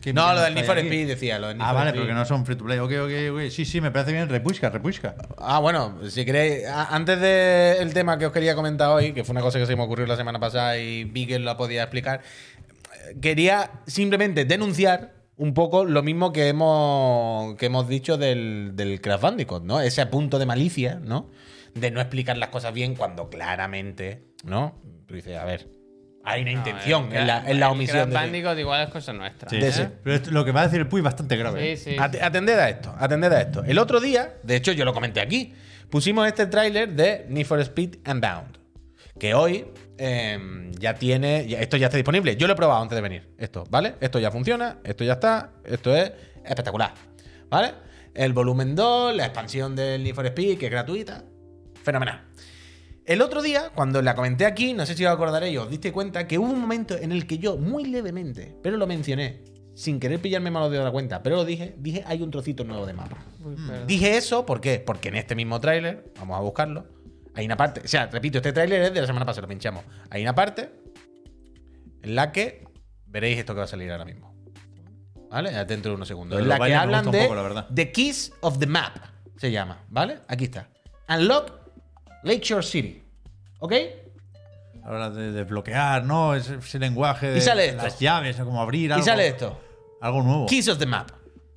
A: qué
B: No, lo
A: mierda
B: del Need
A: hay
B: for
A: aquí.
B: Speed decía, lo del Need
A: Ah,
B: for
A: vale,
B: Speed.
A: pero que no son free to play. Ok, ok, ok. Sí, sí, me parece bien. Repusca, repusca.
B: Ah, bueno, si queréis, a- antes del tema que os quería comentar hoy, que fue una cosa que se me ocurrió la semana pasada y vi que la podía explicar, eh, quería simplemente denunciar un poco lo mismo que hemos, que hemos dicho del, del Crash Bandicoot, ¿no? Ese punto de malicia, ¿no? De no explicar las cosas bien cuando claramente, ¿no? Tú dices, a ver, hay una intención en la, en la omisión.
C: El
B: de-
C: Crash Bandicoot igual es cosa nuestra.
A: Sí,
B: De
C: ¿eh?
B: ese.
A: Pero esto- lo que va a decir el Puy es bastante grave.
C: Sí, sí.
B: Ate- Atended a esto, atended a esto. El otro día, de hecho yo lo comenté aquí, pusimos este tráiler de Need for Speed Unbound, que hoy eh, ya tiene, ya- esto ya está disponible. Yo lo he probado antes de venir, esto, ¿vale? Esto ya funciona, esto ya está, esto es espectacular, ¿vale? El volumen 2, la expansión del Need for Speed, que es gratuita, fenomenal. El otro día, cuando la comenté aquí, no sé si os acordaréis, os diste cuenta que hubo un momento en el que yo, muy levemente, pero lo mencioné, sin querer pillarme malo de la cuenta, pero lo dije, dije hay un trocito nuevo de mapa.
C: Uy, perdón.
B: Dije eso, ¿por qué? Porque en este mismo tráiler, vamos a buscarlo, hay una parte, o sea, repito, este tráiler es de la semana pasada, lo pinchamos. Hay una parte en la que veréis esto que va a salir ahora mismo. ¿Vale? Dentro de unos
A: Lo
B: segundos.
A: de los
B: En la que
A: bailes me
B: hablan
A: gusta un
B: de
A: poco, la verdad.
B: The Keys of the Map, se llama, ¿vale? Aquí está. Unlock Lakeshore City. ¿Ok?
A: a la hora de desbloquear, ¿no? Ese, ese lenguaje de
B: Y sale esto.
A: las llaves, o como abrir algo.
B: Y sale esto.
A: Algo nuevo.
B: Keys of the Map.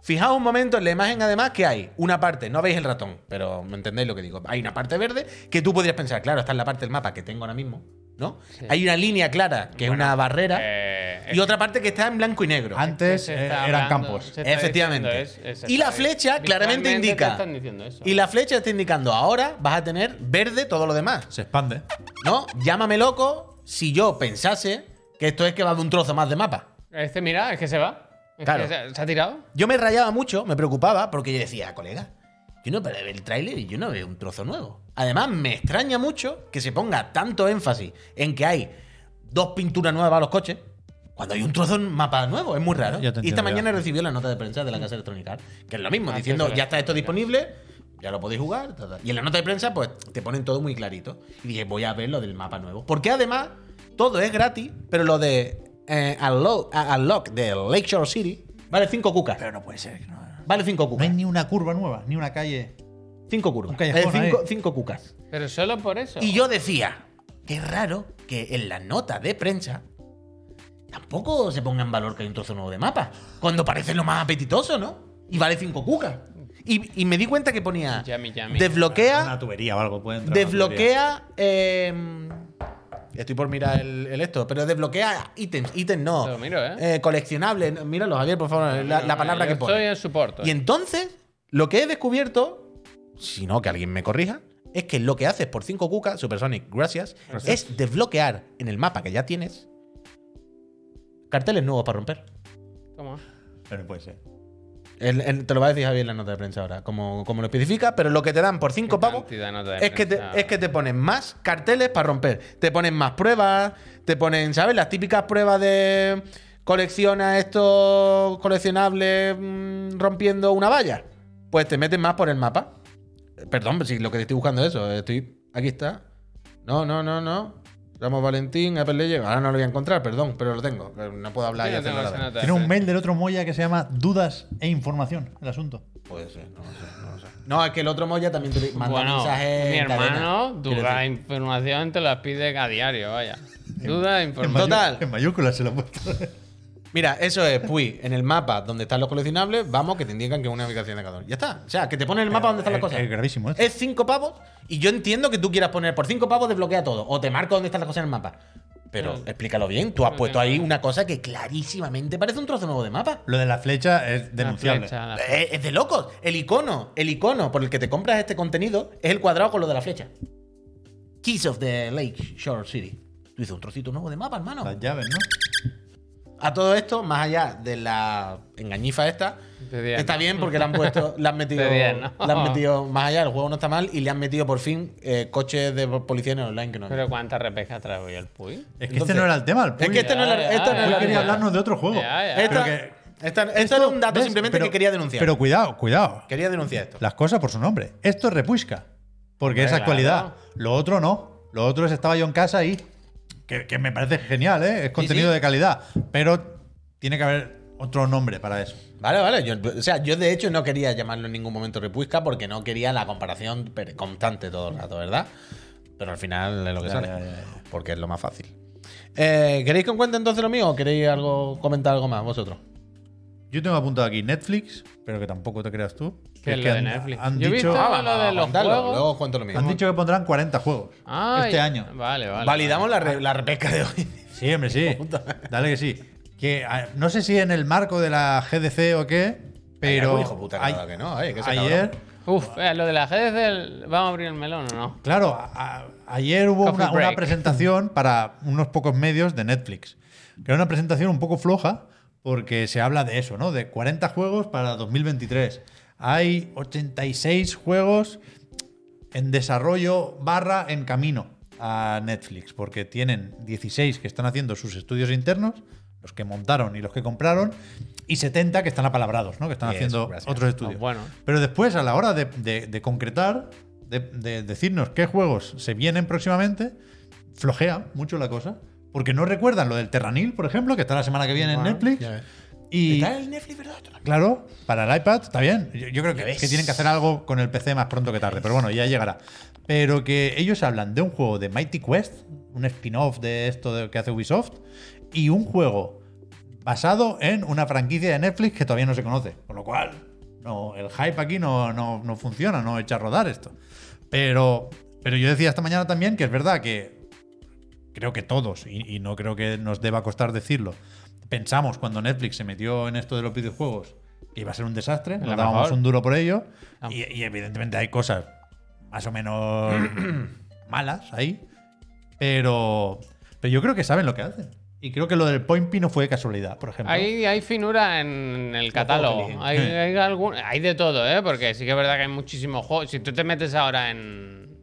B: Fijaos un momento en la imagen, además, que hay una parte, no veis el ratón, pero me entendéis lo que digo. Hay una parte verde que tú podrías pensar, claro, está en la parte del mapa que tengo ahora mismo, ¿no? Hay una línea clara que es una barrera
C: Eh,
B: y otra parte que está en blanco y negro.
A: Antes
C: se
A: eh,
C: está
A: eran
C: hablando,
A: campos.
C: se está
B: Efectivamente.
C: diciendo, es- es-
B: Y la
C: está-
B: flecha claramente
C: visualmente
B: indica.
C: te están diciendo eso.
B: Y la flecha está indicando, ahora vas a tener verde todo lo demás.
A: Se expande.
B: ¿No? Llámame loco si yo pensase que esto es que va de un trozo más de mapa.
C: Este, mira, es que se va. Es
B: Claro.
C: que se, se ha tirado.
B: Yo me rayaba mucho, me preocupaba, porque yo decía, "Ah, colega, yo no para de ver el tráiler y yo no veo un trozo nuevo. Además, me extraña mucho que se ponga tanto énfasis en que hay dos pinturas nuevas a los coches. Cuando hay un trozo en mapa nuevo, es muy raro.
A: Ya te
B: y esta
A: entiendo, ya.
B: mañana recibió la nota de prensa de la casa electrónica, que es lo mismo,
C: Ah, sí,
B: diciendo
C: sí, sí.
B: ya está esto disponible, ya lo podéis jugar. ta, ta". Y en la nota de prensa, pues te ponen todo muy clarito. Y dije, voy a ver lo del mapa nuevo. Porque además, todo es gratis, pero lo de eh, Unlock, a- Unlock de Lakeshore City vale 5 cucas.
A: Pero no puede ser. No, no
B: Vale 5
A: hay
B: cucas.
A: ni una curva nueva, ni una calle.
B: 5
A: un
B: curvas.
A: callejón ahí.
B: 5 cucas.
C: Pero solo por eso.
B: Y yo decía, qué raro que en la nota de prensa tampoco se ponga en valor que hay un trozo nuevo de mapa. Cuando parece lo más apetitoso, ¿no? Y vale 5 cucas. Y, y me di cuenta que ponía
C: Yummy, yummy.
A: Una
B: desbloquea,
A: tubería o algo puede entrar. una
B: desbloquea. eh, estoy por mirar el, el esto, pero desbloquea ítems, ítems no.
C: Lo miro, ¿eh?
B: Eh, coleccionables. no, Míralo, Javier, por favor, la, la palabra que pone.
C: Soy el soporte.
B: Y entonces, lo que he descubierto, si no que alguien me corrija, es que lo que haces por 5 cucas, Supersonic, gracias, es desbloquear en el mapa que ya tienes carteles nuevos para romper.
C: Toma.
A: tubería. Pero no puede ser.
B: El- el- te lo va a decir Javier en la nota de prensa ahora, como, como lo especifica, pero lo que te dan por 5
C: Qué
B: pavos
C: cantidad de nota de
B: es que, te,
C: prensa.
B: es que te ponen más carteles para romper. Te ponen más pruebas, te ponen, ¿sabes? Las típicas pruebas de colecciona estos coleccionables mm, rompiendo una valla. Pues te meten más por el mapa. Eh, Perdón, pero si lo que te estoy buscando es eso. eh, Estoy. Aquí está. No, no, no, no. Ramos Valentín, Apple Legend. Ahora no lo voy a encontrar, perdón, pero lo tengo. Eh, No puedo hablar
C: Yo
B: y
C: no
B: hacer
C: tengo esa
B: nada.
C: nota de
A: Tiene un
C: prensa.
A: mail del otro Moya que se llama Dudas e Información, el asunto.
B: Puede ser, no lo sé, no lo sé. No, es que el otro Moya también te manda
C: Bueno,
B: mensajes.
C: mi
B: en cadena.
C: hermano,
B: Quiero
C: duda de
B: decir,
C: información te la pide a diario, vaya. Duda de
A: En
C: información.
A: mayu-
B: Total.
A: En mayúsculas se lo he puesto.
B: Mira, eso es, Puy, en el mapa donde están los coleccionables, vamos que te indican que es una ubicación de cada uno. Ya está. O sea, que te ponen el mapa donde están las
A: Es-
B: cosas. Eh.
A: Es gravísimo esto.
B: Es 5 pavos y yo entiendo que tú quieras poner por 5 pavos desbloquea todo o te marco dónde están las cosas en el mapa. Pero
C: Claro.
B: explícalo bien, tú has
C: No
B: puesto
C: tiene
B: ahí
C: nada.
B: una cosa que clarísimamente parece un trozo nuevo de mapa.
A: Lo de la flecha es
C: La
A: denunciable.
C: flecha, la-
B: Eh, Es de locos. El icono, el icono por el que te compras este contenido es el cuadrado con lo de la flecha. Keys of the Lake Shore City. Tú dices un trocito nuevo de mapa, hermano.
A: Las llaves, ¿no?
B: A todo esto, más allá de la engañifa esta,
C: De diez,
B: está
C: ¿no?
B: bien porque le han puesto, le han metido,
C: De diez, ¿no?
B: le han metido más allá, el juego no está mal y le han metido por fin eh, coches de policía en el online que no. había.
C: Pero cuántas repescas trae hoy el Puy.
A: Es que
B: Entonces-
A: este no era el tema. El
B: Es
A: Puy-
B: que este no
C: Ya,
B: era,
C: ya,
B: esto no
C: ya,
B: era
A: Puy
B: la
A: quería
B: idea.
A: hablarnos de otro juego.
C: Ya, ya.
A: Pero
B: Esta-
A: que-
B: esta- esto era un dato
A: ¿ves?
B: simplemente
A: Pero-
B: que quería denunciar.
A: Pero cuidado, cuidado.
B: quería denunciar esto.
A: Las cosas por su nombre. Esto es repusca. Porque
C: Hombre,
A: es actualidad.
C: claro.
A: Lo otro no. Lo otro es estaba yo en casa y. Que, que me parece genial, ¿eh? Es contenido
B: sí.
A: de calidad. Pero tiene que haber otro nombre para eso.
B: Vale, vale. Yo, o sea, yo de hecho no quería llamarlo en ningún momento Repuisca porque no quería la comparación per- constante todo el rato, ¿verdad? Pero al final es lo que
A: Ya,
B: sale.
A: ya, ya,
B: Porque es lo más fácil. Eh, ¿Queréis que os cuente entonces lo mío o queréis algo, comentar algo más vosotros?
A: Yo tengo apuntado aquí Netflix, pero que tampoco te creas tú.
C: Que
A: es
C: es lo
A: que
C: de
A: han-
C: Netflix.
A: Han
C: Yo he
A: dicho,
C: visto-
B: Ah,
C: lo de los
B: contadlo,
C: juegos.
B: luego os cuento lo mío.
A: han dicho que pondrán 40 juegos
C: Ay,
A: este año.
C: Vale, vale.
B: Validamos la, re- la repesca de hoy.
A: Sí, hombre, sí. Dale que sí. Que a- no sé si en el marco de la GDC o qué, pero.
B: Ay, hijo puta, que
A: ay-
B: nada que no, ay, que ese
A: ayer.
B: cabrón.
C: Uf, eh, lo de la GDC, el- ¿vamos a abrir el melón o no?
A: Claro, a- a- ayer hubo
C: Coffee
A: una, una
C: break.
A: presentación para unos pocos medios de Netflix. Que era una presentación un poco floja porque se habla de eso, ¿no? De 40 juegos para 2023. Hay 86 juegos en desarrollo barra en camino a Netflix, porque tienen 16 que están haciendo sus estudios internos, los que montaron y los que compraron, y 70 que están apalabrados, ¿no? Que están
B: Yes,
A: haciendo
B: gracias.
A: otros estudios.
C: Ah, bueno.
A: Pero después, a la hora de, de- de concretar, de, de decirnos qué juegos se vienen próximamente, flojea mucho la cosa. Porque no recuerdan lo del Terranil, por ejemplo, que está la semana que viene
B: Bueno,
A: en Netflix.
B: ya ves.
A: Y,
B: ¿Está el Netflix, verdad? Esto no-
A: Claro, para el iPad está bien. Yo, yo creo
B: Ya
A: que,
B: ves.
A: que tienen que hacer algo con el PC más pronto que tarde, pero bueno, ya llegará. Pero que ellos hablan de un juego de Mighty Quest, un spin-off de esto de- que hace Ubisoft y un juego basado en una franquicia de Netflix que todavía no se conoce. Con lo cual, no, el hype aquí no, no- no funciona, no echa a rodar esto. Pero, pero yo decía esta mañana también que es verdad que creo que todos, y, y no creo que nos deba costar decirlo, pensamos cuando Netflix se metió en esto de los videojuegos que iba a ser un desastre,
C: la
A: nos dábamos
C: mejor.
A: un duro por ello,
C: Ah.
A: y, y evidentemente hay cosas más o menos malas ahí, pero, pero yo creo que saben lo que hacen. Y creo que lo del Point P no fue casualidad, por ejemplo.
C: Hay, hay finura en el catálogo.
B: juegos
C: Hay,
A: inteligentes.
C: hay, algún- hay de todo, ¿eh? Porque sí que es verdad que hay muchísimos juegos. Si tú te metes ahora en,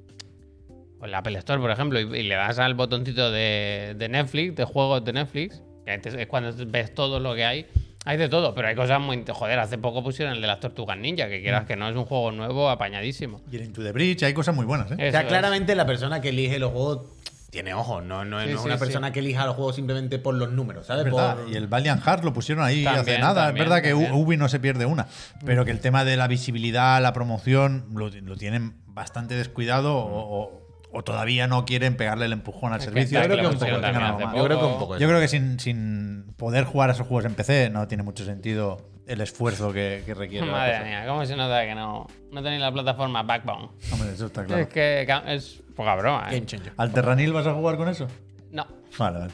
C: en la Apple Store, por ejemplo, y, y le das al botoncito de, de Netflix, de juegos de Netflix, que antes es cuando ves todo lo que hay. Hay de todo, pero hay cosas muy... inte- Joder, hace poco pusieron el de las Tortugas Ninja, que
A: Mm.
C: quieras que no, es un juego nuevo apañadísimo.
A: Y el Into the Bridge, hay cosas muy buenas, ¿eh?
B: O
C: Eso
B: sea,
C: es.
B: claramente la persona que elige los juegos tiene ojos, no, no,
C: Sí,
B: no es
C: sí,
B: una
C: sí.
B: persona que elija los juegos simplemente por los números,
A: Es
B: ¿sabes?
A: verdad.
B: Por-
A: Y el Valiant Heart lo pusieron ahí hace
C: También,
A: nada.
C: también,
A: es verdad que
C: también.
A: U- Ubi no se pierde una. Pero que el tema de la visibilidad, la promoción, lo, lo tienen bastante descuidado o, o- o todavía no quieren pegarle el empujón al
C: Es que
A: servicio.
C: está
B: Yo creo que
C: lo
B: un poco,
C: pusieron también
A: tengan
C: hace
A: algo más.
B: yo creo que un poco.
A: Yo creo que sin, sin poder jugar a esos juegos en PC no tiene mucho sentido el esfuerzo que, que requiere. la
C: Madre
A: cosa.
C: mía, ¿cómo se nota que no, no tenéis la plataforma Backbone?
A: Hombre, eso está claro.
C: Es que ca- es poca broma, ¿eh?
B: Game changer.
A: ¿Al Terranil vas a jugar con eso?
C: No.
A: Vale, vale.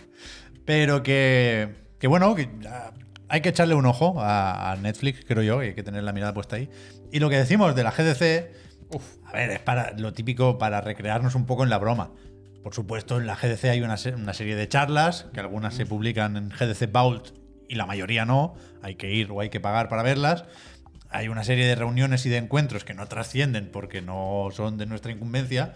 A: Pero que, que bueno, que ah, hay que echarle un ojo a, a Netflix, creo yo, y hay que tener la mirada puesta ahí. Y lo que decimos de la GDC, a ver, es para lo típico para recrearnos un poco en la broma. Por supuesto, en la GDC hay una, se- una serie de charlas, que algunas se publican en GDC Vault y la mayoría no, hay que ir o hay que pagar para verlas. Hay una serie de reuniones y de encuentros que no trascienden porque no son de nuestra incumbencia,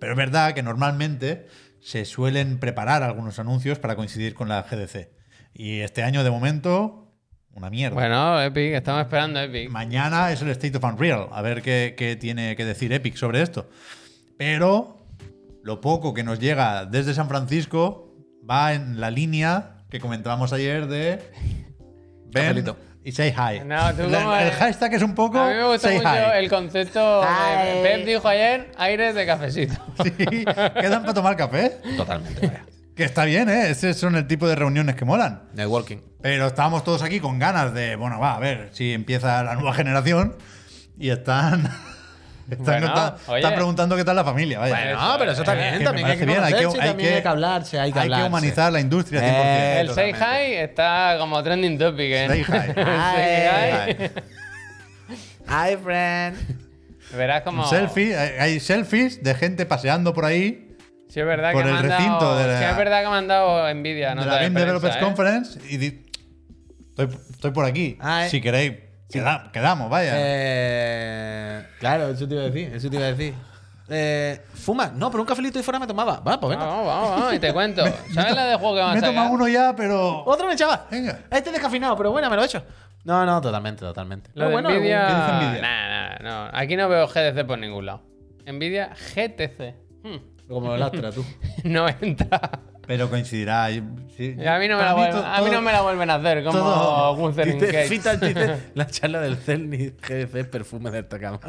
A: pero es verdad que normalmente se suelen preparar algunos anuncios para coincidir con la GDC. Y este año, de momento, una mierda.
C: Bueno, Epic, estamos esperando Epic.
A: Mañana es el State of Unreal, a ver qué, qué tiene que decir Epic sobre esto. Pero lo poco que nos llega desde San Francisco va en la línea que comentábamos ayer de ven
B: Cafelito.
A: y say hi.
C: No, tú
A: La-
C: como
A: el
C: eres.
A: hashtag es un poco
C: A mí me gusta
A: say
C: mucho
A: hi.
C: el concepto. de-
B: Ay.
C: Pep dijo ayer aires de cafecito.
A: Sí, quedan para tomar café.
B: Totalmente, vaya.
A: Que está bien, ¿eh? Ese son el tipo de reuniones que molan.
B: Networking.
A: Pero estábamos todos aquí con ganas de, bueno, va, a ver si empieza la nueva generación y están, están,
C: Bueno,
A: están-
C: oye.
A: están preguntando qué tal la familia. Vaya.
C: Bueno,
B: No, pero eso está
C: Eh,
A: que
B: bien,
A: me
B: también hay
A: parece
B: que,
A: bien, hay que-
B: conocerse,
A: hay
B: también
A: que-
B: hay que hablarse, hay que
A: Hay que
B: hablarse.
A: humanizar la industria 100%.
B: Eh,
C: El Say Hi
B: totalmente.
C: está como trending topic, ¿eh?
A: Say hi.
C: El Say hi.
B: Hi, friend.
C: Verás como.
A: Selfie, hay hay selfies de gente paseando por ahí
C: Sí, es verdad
A: por
C: que
A: el
C: me han
A: recinto
C: dado-
A: de la-
C: sí, es verdad que me han dado envidia. No ¿eh?
A: de la Game Developers Conference y di- estoy, estoy por aquí.
B: Ay.
A: Si queréis, queda- quedamos, vaya.
B: Eh, claro, eso te iba a decir, eso te iba a decir. Eh, ¿Fuma? No, pero un cafelito y fuera me tomaba. Va, pues venga.
C: Vamos, vamos, vamos, y te cuento. ¿Sabes la de juego que vamos
A: Me he
C: a sacar?
A: tomado uno ya, pero.
B: Otro me echaba.
A: Venga.
B: Este descafinado, pero bueno, me lo he hecho. No, no, totalmente, totalmente.
C: Lo
B: Pero
C: de
B: Ah, bueno,
C: Nvidia...
A: ¿qué dice Nvidia?
C: Nah, nah, no. Aquí no veo GDC por ningún lado. Nvidia GTC. Hmm.
B: algún- como el Astra, tú.
C: No entra.
A: Pero coincidirá. y- sí.
C: Y A mí no me,
A: Para
C: la,
A: mí
C: vuelven,
A: to-
C: a mí
A: todo-
C: no me la vuelven a hacer como
A: todo-
C: Gunther
B: Dice,
C: Engage.
B: Fita, dice, la charla del Cerny GDC perfume de esta cama.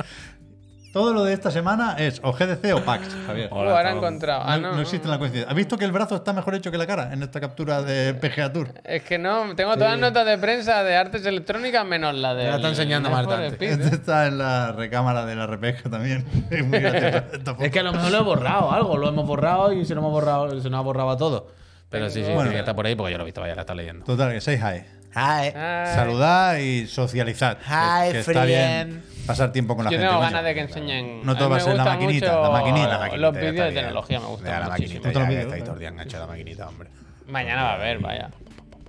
A: Todo lo de esta semana es o GDC o PAX, Javier.
C: Uh, ahora he encontrado. Ah,
A: no,
C: no,
A: no existe
C: no.
A: la coincidencia. ¿Has visto que el brazo está mejor hecho que la cara en esta captura de
C: Eh,
A: PGA Tour?
C: Es que no, tengo todas las notas de prensa de artes electrónicas menos la de.
B: Me la está enseñando Marta
A: Este está en la recámara de la repesca también. Es muy graciosa esta foto.
B: Es que a lo mejor lo he borrado algo, lo hemos borrado y se lo hemos borrado, se nos ha borrado a todos. Pero sí, sí,
C: Bueno.
B: tiene que estar por ahí porque yo lo he visto, vaya, la está leyendo.
A: Total, que seis high.
B: Hi.
C: Ah,
A: Saludad y socializad.
B: Hi,
A: que está bien
B: friend.
A: pasar tiempo con la
C: Yo
A: gente.
C: tengo
A: coño.
C: ganas de que enseñen.
A: No todo va a
C: mí me
A: ser la
C: gusta
A: maquinita,
C: mucho
A: la maquinita, la
E: maquinita,
C: Los
E: ya
C: vídeos
E: está
C: de
E: bien.
C: tecnología me
E: Ya,
C: gustan
E: la
C: muchísimo.
E: maquinita,
A: Otro
E: ya, que
A: vídeo,
E: estáis
A: ¿no?
E: todo el día enganchados a la maquinita, hombre.
C: Mañana va a haber, vaya.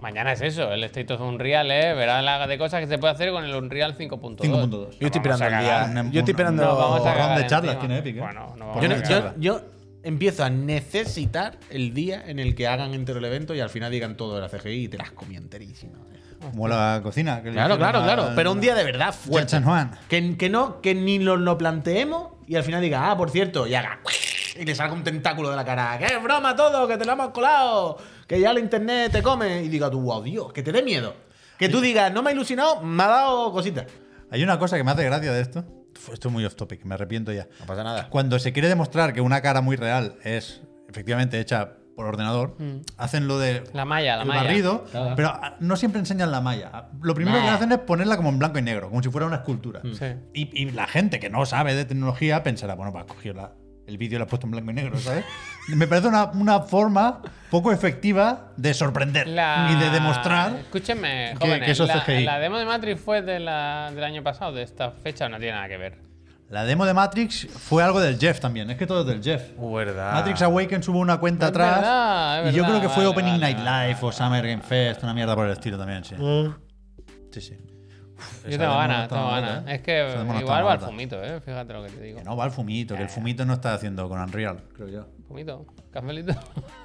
C: Mañana es eso, el State of Unreal, ¿eh? Verás la de cosas que se puede hacer con el Unreal 5.2.
A: 5.2.
E: Yo estoy
C: Nos vamos
E: esperando
C: a
E: el
C: cagar.
E: día.
A: Un-
E: Yo estoy
A: un-
E: esperando.
C: Nos vamos a
A: Porrón
C: cagar
A: de charlas
C: encima.
A: tiene Epic, ¿eh?
C: Bueno, no
B: Yo,
C: vamos
B: no-
C: a
B: yo-
C: cagar.
B: yo empiezo a necesitar el día en el que hagan entero el evento y al final digan todo de la CGI y te las comí enterísima.
A: Como la cocina. que le
B: Claro,
A: hicieron
B: claro,
A: a-
B: claro. Pero un día de
A: Juan
B: verdad fuerte.
A: San Juan.
B: Que, que no, que ni nos lo planteemos y al final diga, ah, por cierto, y haga. Y le salga un tentáculo de la cara. ¡Que es broma todo! ¡Que te lo hemos colado! ¡Que ya la internet te come! Y diga tú, wow, Dios, que te dé miedo. Que tú digas, no me ha ilusionado, me ha dado cositas.
A: Hay una cosa que me hace gracia de esto. Uf, Esto es muy off topic, me arrepiento ya.
B: No pasa nada.
A: Cuando se quiere demostrar que una cara muy real es efectivamente hecha por ordenador, hacen lo de
C: Mm. La malla, la
A: el
C: malla.
A: barrido,
E: Claro.
A: pero ah, no siempre enseñan la malla. Lo primero que
C: Nah.
A: hacen es ponerla como en blanco y negro, como si fuera una escultura.
B: Mm.
C: Sí.
A: Y, y la gente que no sabe de tecnología pensará, bueno, pues has cogido la- el vídeo y lo has puesto en blanco y negro, ¿sabes? Me parece una, una forma poco efectiva de sorprender
C: La-
A: y de demostrar.
C: Escúchenme,
A: que-
C: jóvenes.
A: que eso es
C: la,
A: CGI.
C: la demo de Matrix fue de la- del año pasado, de esta fecha, no tiene nada que ver.
A: La demo de Matrix fue algo del Jeff también, es que todo es del Jeff.
B: Verdad.
A: Matrix Awakens hubo una cuenta
C: Es
A: atrás.
C: verdad, es
A: y yo
C: verdad,
A: creo que fue
C: vale,
A: Opening
C: vale,
A: Night
C: vale, Mm.
A: Live o Summer Game Fest, una mierda por el estilo también, sí. Sí, sí. Uf,
C: Yo
A: esa
C: tengo
A: demo
C: ganas,
A: está
C: tengo
A: malota,
C: ganas.
A: ¿eh?
C: Es que
A: Esa demo no está
C: igual va al
A: malota.
C: fumito, ¿eh? Fíjate lo que te digo.
A: Que no, va al fumito, que el fumito no está haciendo con Unreal, creo yo.
C: Fumito, cafelito.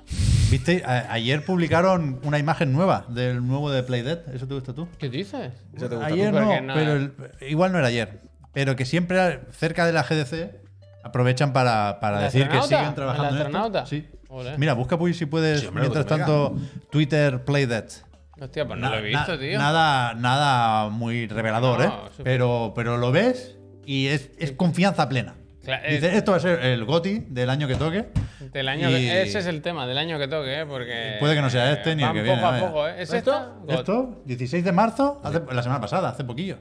A: ¿Viste? A- ayer publicaron una imagen nueva del nuevo de Playdead. ¿Eso te gusta tú?
C: ¿Qué dices?
B: Eso te gusta
A: Ayer
C: tú, porque
A: no,
C: no
A: pero el- igual no era ayer. Pero que siempre cerca de la GDC aprovechan para, para
C: ¿El
A: decir que
C: astronauta?
A: siguen trabajando
C: ¿El
A: en esto.
C: astronauta?
A: Sí.
C: Ole.
A: Mira, busca pues, si puedes,
B: Sí, hombre,
A: mientras
B: lo que
A: tanto, Twitter Playdead.
C: Hostia, pues no,
A: Na-
C: lo he visto,
A: na-
C: tío.
A: Nada, nada muy revelador,
C: No,
A: ¿eh?
C: súper.
A: Pero, pero lo ves y es, es confianza plena.
C: Cla- eh,
A: Dices, esto va a ser el GOTI del año que toque.
C: Del año
A: Y-
C: que- ese es el tema, del año que toque, ¿eh? Porque.
A: Puede que no sea este ni el
C: van
A: que viene,
C: Poco a
A: vaya.
C: poco, ¿eh? ¿Es esta?
B: ¿Esto?
C: God.
A: Esto, 16 de marzo, hace- la semana pasada, hace poquillo.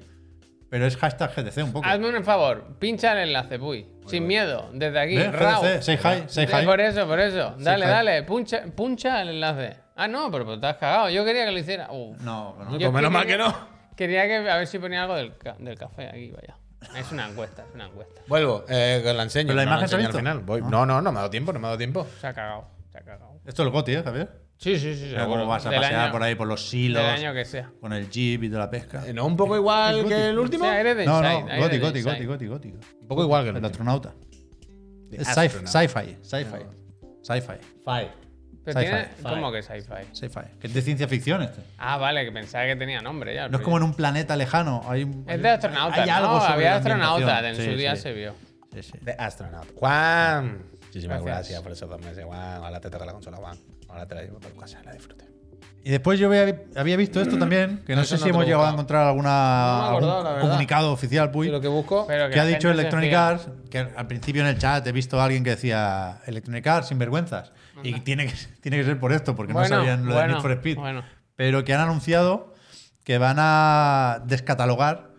A: Pero es hashtag GDC un poco.
C: Hazme un favor, pincha el enlace, puy. Sin miedo, desde aquí,
A: ¿Ves?
C: raw.
A: GDC, say hi, say
C: Eh,
A: hi.
C: Por eso, por eso. Dale,
A: hi.
C: dale, puncha, puncha el enlace. Ah, no, pero, pero te has cagado. Yo quería que lo hiciera. Uf.
A: No, no.
B: Pues menos
C: Yo quería
B: mal que no.
C: Quería que a ver si ponía algo del, ca- del café aquí, vaya. Es una encuesta, es una encuesta.
B: Vuelvo, eh, que la enseño.
A: ¿Pero la
B: no
A: imagen se ha
B: enseño
A: visto? Ah.
B: al final. Voy. No, no, no me ha dado tiempo, no me ha dado tiempo.
C: Se ha cagado, se ha cagado.
A: Esto es el GOTI, ¿eh, Javier?
C: Sí, sí, sí,
A: Mira
C: seguro.
A: cómo vas a
C: Del
A: pasear
C: año-
A: por ahí por los
C: Del
A: silos,
C: año que sea.
A: con el jeep y de la pesca.
B: Eh, ¿No un poco igual
A: Guti.
B: que el
C: O
B: último?
C: sea, eres de
A: No, no,
C: Inside, eres
A: Goti,
C: de
A: Goti,
C: Inside.
A: Goti, Goti, Goti.
B: Un poco igual que el
A: El
B: último.
A: astronauta. Es sci- sci-fi, sci-fi, sci-fi,
C: Pero
A: Sci-fi.
C: tiene. ¿Cómo que sci-fi?
A: sci-fi. Que es de ciencia ficción este.
C: Ah, vale, que pensaba que tenía nombre ya. el
A: No es
C: proyecto.
A: como en un planeta lejano. Hay, un-
C: Es de astronauta.
A: hay algo
C: no,
A: sobre
C: había
A: la
C: astronauta. En
A: ambientación.
C: su
A: Sí,
C: día
A: sí.
C: se vio.
A: Sí, sí.
B: De astronauta. Juan. Muchísimas
C: Gracias.
B: gracias. por esos dos meses, Juan. Ahora te toca la consola, Juan. Ahora te la llevo para tu casa, la disfrute.
A: Y después yo había, había visto esto también, que no
B: Eso
A: sé
B: no
A: si
B: te
A: hemos
B: lo
A: llegado a
B: buscaba.
A: encontrar alguna,
B: No me he acordado,
A: algún
B: la verdad.
A: comunicado oficial, Puy.
B: Lo que busco.
C: Pero que
A: que ha
C: la
A: dicho
C: gente se
A: Electronic
C: fía.
A: Arts, que al principio en el chat he visto a alguien que decía Electronic Arts, sinvergüenzas. Y tiene que, tiene que ser por esto, porque
C: Bueno,
A: no sabían lo de
C: bueno,
A: Need for Speed.
C: bueno.
A: Pero que han anunciado que van a descatalogar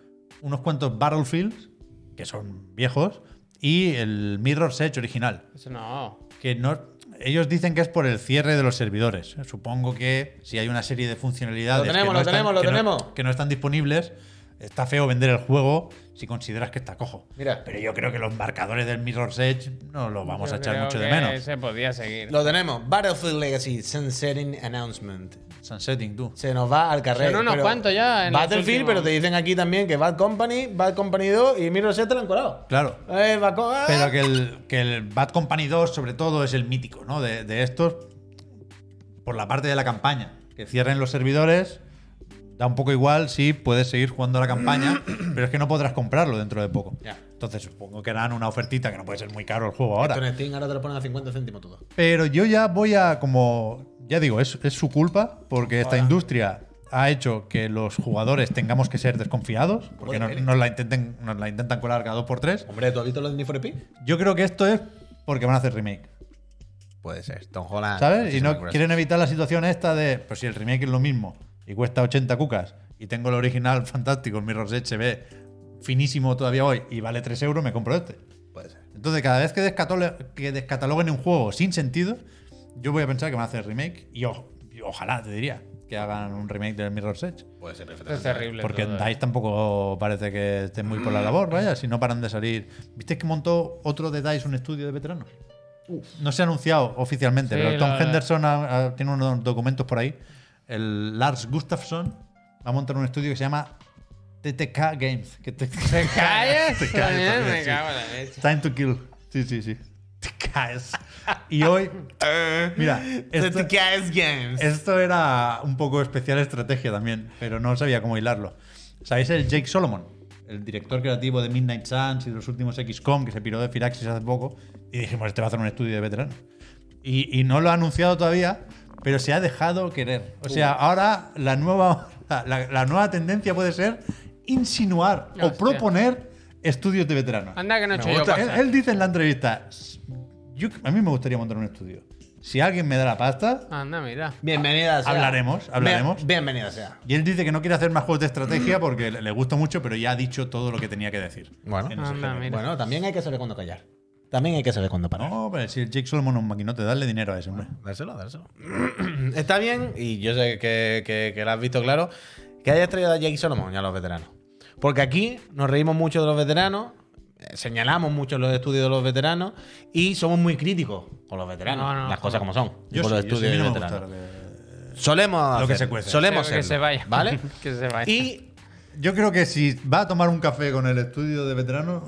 A: unos cuantos Battlefields, que son viejos, y el Mirror's Edge original
C: Eso no.
A: que no. Ellos dicen que es por el cierre de los servidores. Supongo que si hay una serie de funcionalidades
B: Lo tenemos,
A: que, no
B: lo tenemos, lo
A: que no-
B: tenemos.
A: que no están disponibles, está feo vender el juego si consideras que está cojo.
B: Mira.
A: Pero yo creo que los marcadores del Mirror's Edge no lo vamos
C: Yo
A: a echar
C: creo
A: mucho de
C: que
A: menos.
C: Se podía seguir.
B: Lo tenemos. Battlefield Legacy Sunsetting Announcement.
A: Sunsetting, tú.
B: Se nos va al carril.
C: Son unos
B: pero-
C: cuantos ya en los
B: Battlefield,
C: últimos.
B: pero te dicen aquí también que Bad Company, Bad Company 2 y Mirror 7 lo han colado.
A: Claro.
B: Eh, Bad Co- ¡Ah!
A: Pero que el, que el Bad Company 2, sobre todo, es el mítico, ¿no? De, de estos, por la parte de la campaña. Que cierren los servidores, da un poco igual si puedes seguir jugando a la campaña, pero es que no podrás comprarlo dentro de poco.
B: Ya.
A: Entonces supongo que harán una ofertita que no puede ser muy caro el juego ahora.
B: Esto en Steam ahora te lo ponen a 50 céntimos todo.
A: Pero yo ya voy a como. Ya digo, es, es su culpa porque esta industria ha hecho que los jugadores tengamos que ser desconfiados porque no- nos, la intenten, nos la intentan colar cada dos por tres.
B: Hombre, ¿tú has visto lo de Need for Speed?
A: Yo creo que esto es porque van a hacer remake.
B: Puede ser. Tom Holland.
A: ¿Sabes? Y
B: muchísimas
A: no
B: gracias.
A: quieren evitar la situación esta de, pues si el remake es lo mismo y cuesta 80 cucas y tengo el original fantástico, el Mirror's Edge se ve finísimo todavía hoy y vale 3 euros, me compro este.
B: Puede ser.
A: Entonces, cada vez que, descatole- que descataloguen un juego sin sentido, yo voy a pensar que van a hacer remake y, o- y ojalá, te diría, que hagan un remake del Mirror's Edge.
B: Puede ser perfectamente.
C: Esto es terrible.
A: Porque
C: todo,
A: en
C: ¿eh?
A: DICE tampoco parece que estén muy por la labor, vaya, si no paran de salir. ¿Viste que montó otro de DICE un estudio de veteranos? No se ha anunciado oficialmente,
C: Sí,
A: pero Tom
C: la- la-
A: Henderson ha- ha- tiene unos documentos por ahí. El Lars Gustafsson va a montar un estudio que se llama TTK Games. Que te,
C: ¿Te callas?
A: Te callas
C: También
A: también,
C: me
A: sí.
C: cago en la leche.
A: Time to kill. Sí, sí, sí. Te caes. Y hoy, mira, esto,
B: TTKS Games.
A: esto era un poco especial estrategia también, pero no sabía cómo hilarlo. ¿Sabéis el Jake Solomon? El director creativo de Midnight Suns y de los últimos XCOM que se piró de Firaxis hace poco. Y dijimos, este va a hacer un estudio de veteranos. Y, y no lo ha anunciado todavía, pero se ha dejado querer. O sea, ahora la nueva, la, la nueva tendencia puede ser insinuar o
C: Hostia.
A: proponer estudios de veteranos.
C: Anda que no he
A: Me
C: hecho yo
A: gusta.
C: cosas.
A: Él, él dice en la entrevista, "S- yo- a mí me gustaría montar un estudio. si alguien me da la pasta,
C: Anda, mira.
B: Bienvenida sea.
A: Hablaremos,
B: Bien-
A: hablaremos.
B: bienvenida sea.
A: y él dice que no quiere hacer más juegos de estrategia porque le, le gusta mucho, pero ya ha dicho todo lo que tenía que decir.
B: Bueno.
A: En ese
C: Anda,
A: género.
C: mira.
B: Bueno, también hay que saber cuándo callar. También hay que saber cuándo parar.
A: No, pero si el Jake Solomon es un maquinote, dale dinero a ese hombre.
B: Dárselo, dárselo. Está bien, y yo sé que, que- que lo has visto claro, que hayas traído a Jake Solomon y a los veteranos. Porque aquí nos reímos mucho de los veteranos, eh, señalamos mucho los estudios de los veteranos y somos muy críticos con los veteranos,
C: No, no,
B: las cosas como son.
A: Yo sí, yo
B: con los
A: sí, a
B: estudios
A: mí
B: de
A: no me gusta.
B: veteranos. Solemos
A: Lo que
B: hacer-
A: se cuece.
B: Solemos
C: Que se
B: serlo,
C: vaya.
B: ¿Vale?
C: que se vaya.
B: Y
A: Yo creo que si va a tomar un café con el estudio de veteranos,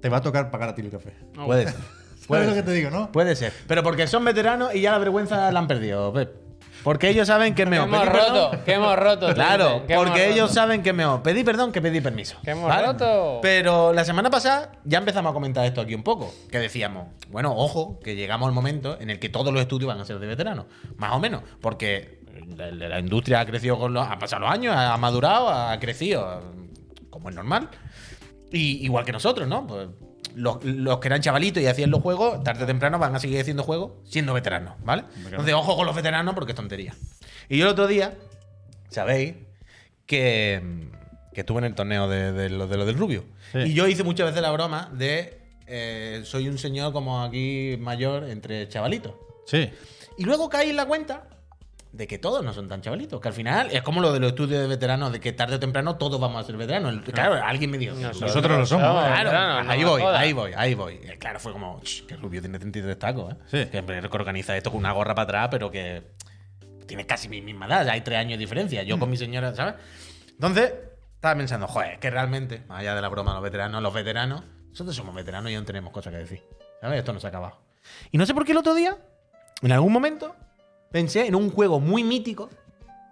A: te va a tocar pagar a ti el café.
C: No,
B: puede ser.
A: ¿Sabes
B: Puede
A: lo
B: ser.
A: que te digo, no?
B: Puede ser. Pero porque son veteranos y ya la vergüenza la han perdido, Pep. Porque ellos saben que es
C: que
B: mejor.
C: hemos
B: pedir perdón.
C: roto, que hemos roto. te
B: Claro,
C: dicen, que hemos
B: porque ellos
C: roto.
B: saben que me pedí perdón que pedí permiso.
C: Que hemos roto.
B: Pero la semana pasada ya empezamos a comentar esto aquí un poco. Que decíamos, bueno, ojo, que llegamos al momento en el que todos los estudios van a ser de veteranos. Más o menos. Porque la, la- la industria ha crecido con los. ha pasado los años, ha madurado, ha crecido. Como es normal. Y igual que nosotros, ¿no? Pues los, los que eran chavalitos y hacían los juegos, tarde o temprano van a seguir haciendo juegos siendo veteranos, ¿vale? Entonces, ojo con los veteranos porque es tontería. Y yo el otro día, sabéis, que, que estuve en el torneo de, de lo, de lo del Rubio.
A: Sí.
B: Y yo hice muchas veces la broma de eh, soy un señor como aquí mayor entre chavalitos.
A: Sí.
B: Y luego caí en la cuenta de que todos no son tan chavalitos. Que al final es como lo de los estudios de veteranos, de que tarde o temprano todos vamos a ser veteranos. El- Claro, alguien me dijo.
A: Ah. Nosotros lo somos.
B: Claro,
C: veteranos, Ah, no
B: ahí
C: me
B: voy,
C: jodas.
B: ahí voy, ahí voy. Eh, Claro, fue como, "Ch, que Rubio tiene 33 tacos, ¿eh?
A: Sí.
B: Que hombre, que organiza esto con una gorra para atrás, pero que tiene casi mi misma edad, ya hay tres años de diferencia. Yo con mi señora, ¿sabes? Entonces, estaba pensando, joder, es que realmente, más allá de la broma, los veteranos, los veteranos, nosotros somos veteranos y aún tenemos cosas que decir. ¿Sabes? Esto no se ha acabado. Y no sé por qué el otro día, en algún momento, pensé en un juego muy mítico,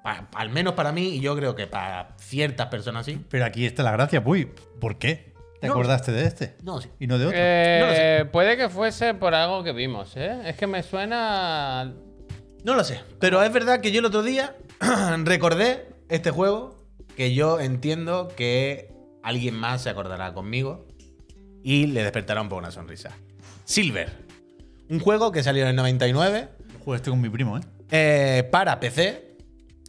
B: pa- al menos para mí, y yo creo que para ciertas personas sí.
A: Pero aquí está la gracia, Puy. ¿Por qué? ¿Te
B: No.
A: acordaste de este?
B: No sé.
A: Y no de otro.
C: Eh,
B: No lo
C: Puede que fuese por algo que vimos, ¿eh? Es que me suena.
B: No lo sé, pero es verdad que yo el otro día recordé este juego que yo entiendo que alguien más se acordará conmigo y le despertará un poco una sonrisa. Silver, un juego que salió en el 99
A: Jugué este con mi primo, ¿eh?
B: eh, para PC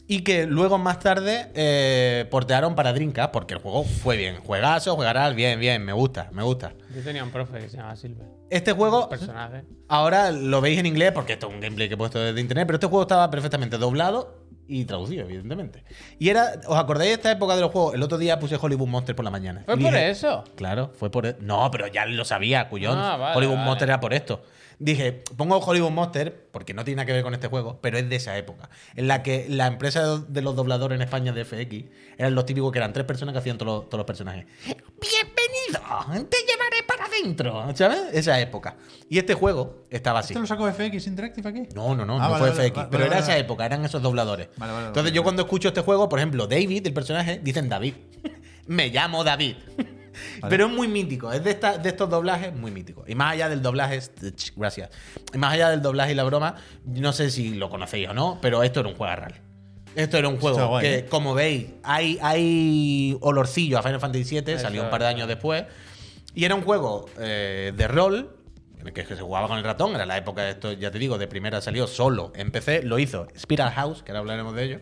B: y que luego más tarde eh, portearon para Dreamcast porque el juego fue bien. Juegazo, jugarás, bien, bien, me gusta, me gusta.
C: Yo tenía un profe que se llamaba Silver.
B: Este juego
C: Personaje.
B: Ahora lo veis en inglés porque esto es un gameplay que he puesto desde internet, pero este juego estaba perfectamente doblado y traducido, evidentemente. Y era, ¿os acordáis de esta época de los juegos? El otro día puse Hollywood Monster por la mañana.
C: Fue
B: Y
C: Pues por
B: dije-
C: eso.
B: Claro, fue por eso. No, pero ya lo sabía, cuyón.
C: Ah, vale,
B: Hollywood
C: vale.
B: Monster era por esto. Dije, pongo Hollywood Monster porque no tiene nada que ver con este juego, pero es de esa época. En la que la empresa de los dobladores en España de FX eran los típicos que eran tres personas que hacían todos los, todos los personajes. ¡Bienvenido! ¡Te llevaré para adentro! ¿Sabes? Esa época. Y este juego estaba así.
A: ¿Este lo sacó FX Interactive aquí?
B: No, no, no,
A: Ah,
B: no
A: vale,
B: fue
A: vale,
B: FX.
A: vale,
B: pero
A: vale,
B: era
A: vale.
B: esa época, eran esos dobladores.
A: Vale, vale,
B: Entonces,
A: vale.
B: yo cuando escucho este juego, por ejemplo, David, el personaje, dicen David. Me llamo David. Pero es muy mítico, es de, esta- de estos doblajes muy mítico. Y más allá del doblaje, ch, gracias. Y más allá del doblaje y la broma, no sé si lo conocéis o no, pero esto era un juego real. Esto era un
A: Está
B: juego
A: guay,
B: que,
A: ¿eh?
B: como veis, hay, hay olorcillo a Final Fantasy VII, salió un par de años después. Y era un juego eh, de rol, en el que se jugaba con el ratón, era la época de esto, ya te digo, de primera salió solo en PC, lo hizo Spiral House, que ahora hablaremos de ello.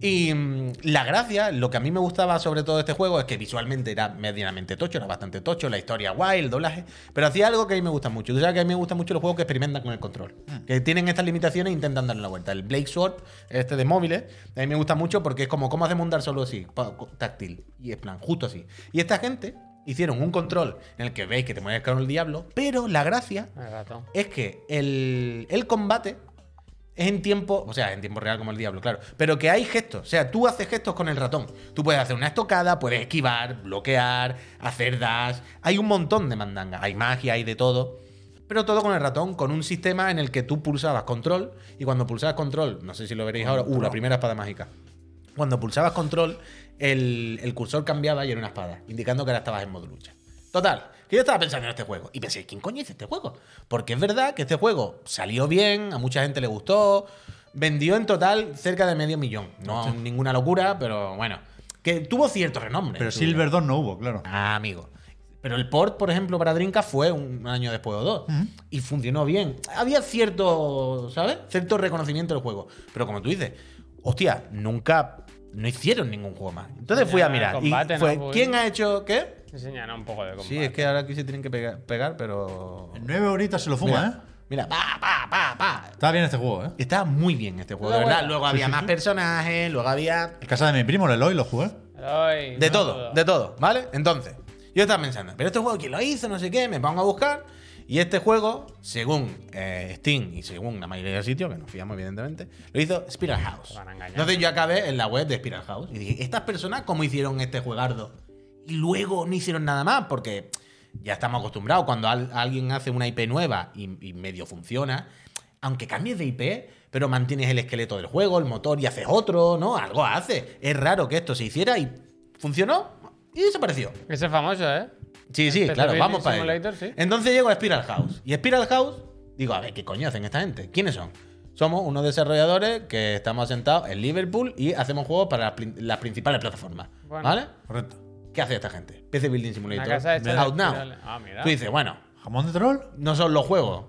B: Y mm, la gracia, lo que a mí me gustaba sobre todo de este juego es que visualmente era medianamente tocho, era bastante tocho, la historia guay, el doblaje, pero hacía algo que a mí me gusta mucho. Tú sabes que a mí me gustan mucho los juegos que experimentan con el control, que tienen estas limitaciones e intentan darle la vuelta. El Blake Sword, este de móviles, a mí me gusta mucho porque es como, ¿cómo hacemos un Dark Souls así? Pa- co- Táctil, y es plan, justo así. Y esta gente hicieron un control en el que veis que te mueves con el diablo, pero la gracia
C: El ratón.
B: es que el, el combate es en tiempo, o sea, en tiempo real como el diablo, claro, pero que hay gestos, o sea, tú haces gestos con el ratón. Tú puedes hacer una estocada, puedes esquivar, bloquear, hacer dash, hay un montón de mandangas, hay magia, hay de todo. Pero todo con el ratón, con un sistema en el que tú pulsabas control y cuando pulsabas control, no sé si lo veréis ahora, uh, la primera espada mágica. Cuando pulsabas control, el, el cursor cambiaba y era una espada, indicando que ahora estabas en modo lucha. Total, que yo estaba pensando en este juego. Y pensé, ¿quién coño hizo este juego? Porque es verdad que este juego salió bien, a mucha gente le gustó, vendió en total cerca de medio millón. No ninguna locura, pero bueno. Que tuvo cierto renombre.
A: Pero
B: Tuvo-
A: Silver 2 no hubo, claro.
B: Ah, amigo. Pero el port, por ejemplo, para Dreamcast fue un año después o dos. Y funcionó bien. Había cierto, ¿sabes? Cierto reconocimiento del juego. Pero como tú dices, hostia, nunca... No hicieron ningún juego más. Entonces fui
C: Ya,
B: a mirar. y
C: combate, ¿no?
B: fue,
C: Pues-
B: ¿Quién ha hecho qué?
C: Enseñará un poco de combate.
B: Sí, es que ahora aquí se tienen que pega- pegar, pero.
A: En nueve horitas se lo fuma,
B: Mira,
A: ¿eh?
B: mira, pa, pa, pa, pa.
A: Está bien este juego, ¿eh?
B: Estaba muy bien este juego,
C: Lo
B: de verdad.
C: bueno.
B: Luego había más personajes, luego había.
A: En casa de mi primo, el Eloy, lo jugué.
C: Eloy,
B: De
C: no
B: todo, de todo, ¿vale? Entonces, yo estaba pensando, pero este juego, ¿quién lo hizo? No sé qué, me pongo a buscar. Y este juego, según eh, Steam y según la mayoría de sitios, que nos fiamos evidentemente, lo hizo Spiral House.
C: Van a engañar.
B: Entonces yo acabé en la web de Spiral House y dije, ¿estas personas cómo hicieron este juegardo? Y luego no hicieron nada más porque ya estamos acostumbrados cuando al- alguien hace una IP nueva y, y medio funciona, aunque cambies de IP, pero mantienes el esqueleto del juego, el motor y haces otro, ¿no? Algo hace. Es raro que esto se hiciera y funcionó y desapareció.
C: Ese es famoso, ¿eh?
B: Sí, sí,
C: PC
B: claro,
C: Building
B: vamos para
C: Simulator,
B: ello.
C: sí.
B: Entonces llego a Spiral House. Y Spiral House, digo, a ver, ¿qué coño hacen esta gente? ¿Quiénes son? Somos unos desarrolladores que estamos asentados en Liverpool y hacemos juegos para las, plin- las principales plataformas.
C: Bueno.
B: ¿vale?
A: Correcto.
B: ¿Qué hace esta gente? PC Building
C: La
B: Simulator.
C: casa hecha de
B: Out Now.
C: espirales. Ah, mira.
B: Tú dices, bueno,
A: ¿Jamón de troll?
B: no son los juegos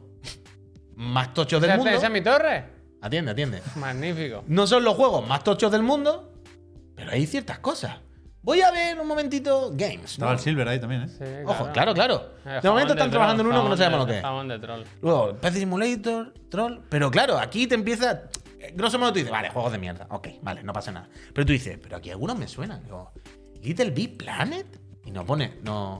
B: más tochos del
C: ¿Esa,
B: mundo.
C: esa es mi torre?
B: Atiende, atiende.
C: Magnífico.
B: No son los juegos más tochos del mundo, pero hay ciertas cosas. Voy a ver un momentito Games. ¿no?
A: Estaba el Silver ahí también, ¿eh?
C: Sí,
B: Ojo, claro, claro.
C: Eh,
B: De
C: jamón
B: momento están
C: troll,
B: trabajando en uno que no
C: jamón
B: sabemos
C: de-
B: lo que es.
C: Jamón de troll.
B: Luego, PC Simulator, Troll. Pero claro, aquí te empieza. eh, Grosso modo tú dices, vale, juegos de mierda. Ok, vale, no pasa nada. Pero tú dices, pero aquí algunos me suenan. Digo, Little Big Planet. Y no pone, no.
A: ¿No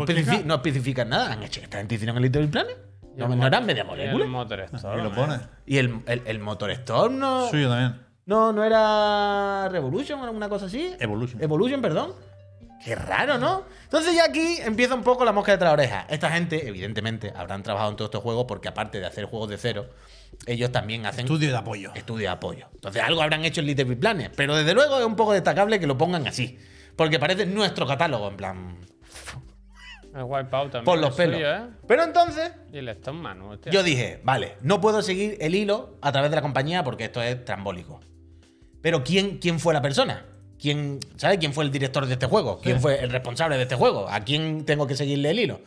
B: No,
A: puedes
B: especifi-
A: clicar?
B: no especifican nada. Han hecho esta gente hicieron el Little Big Planet.
C: Y
B: No,
C: el
B: no eran
C: motor-
B: media
C: y El
B: molécula.
C: motor es
A: Ahí lo pone.
B: Y el, el, el Motor Storm no.
A: Suyo también.
B: No, no era Revolution o alguna cosa así.
A: Evolution.
B: Evolution, perdón. Qué raro, ¿no? Entonces ya aquí empieza un poco la mosca detrás de la oreja. Esta gente, evidentemente, habrán trabajado en todos estos juegos porque aparte de hacer juegos de cero, ellos también hacen
A: Estudio de apoyo.
B: estudio de apoyo. Entonces algo habrán hecho en Little Big Planet. Pero desde luego es un poco destacable que lo pongan así. Porque parece nuestro catálogo, en plan,
C: El Wipeout también.
B: por los
C: es
B: pelos.
C: suyo, ¿eh?
B: Pero entonces,
C: Y el Stone Man, hostia.
B: yo dije, vale, no puedo seguir el hilo a través de la compañía porque esto es trambólico. Pero ¿quién, quién fue la persona? ¿Quién, ¿Sabes quién fue el director de este juego? ¿Quién fue el responsable de este juego? ¿A quién tengo que seguirle el hilo?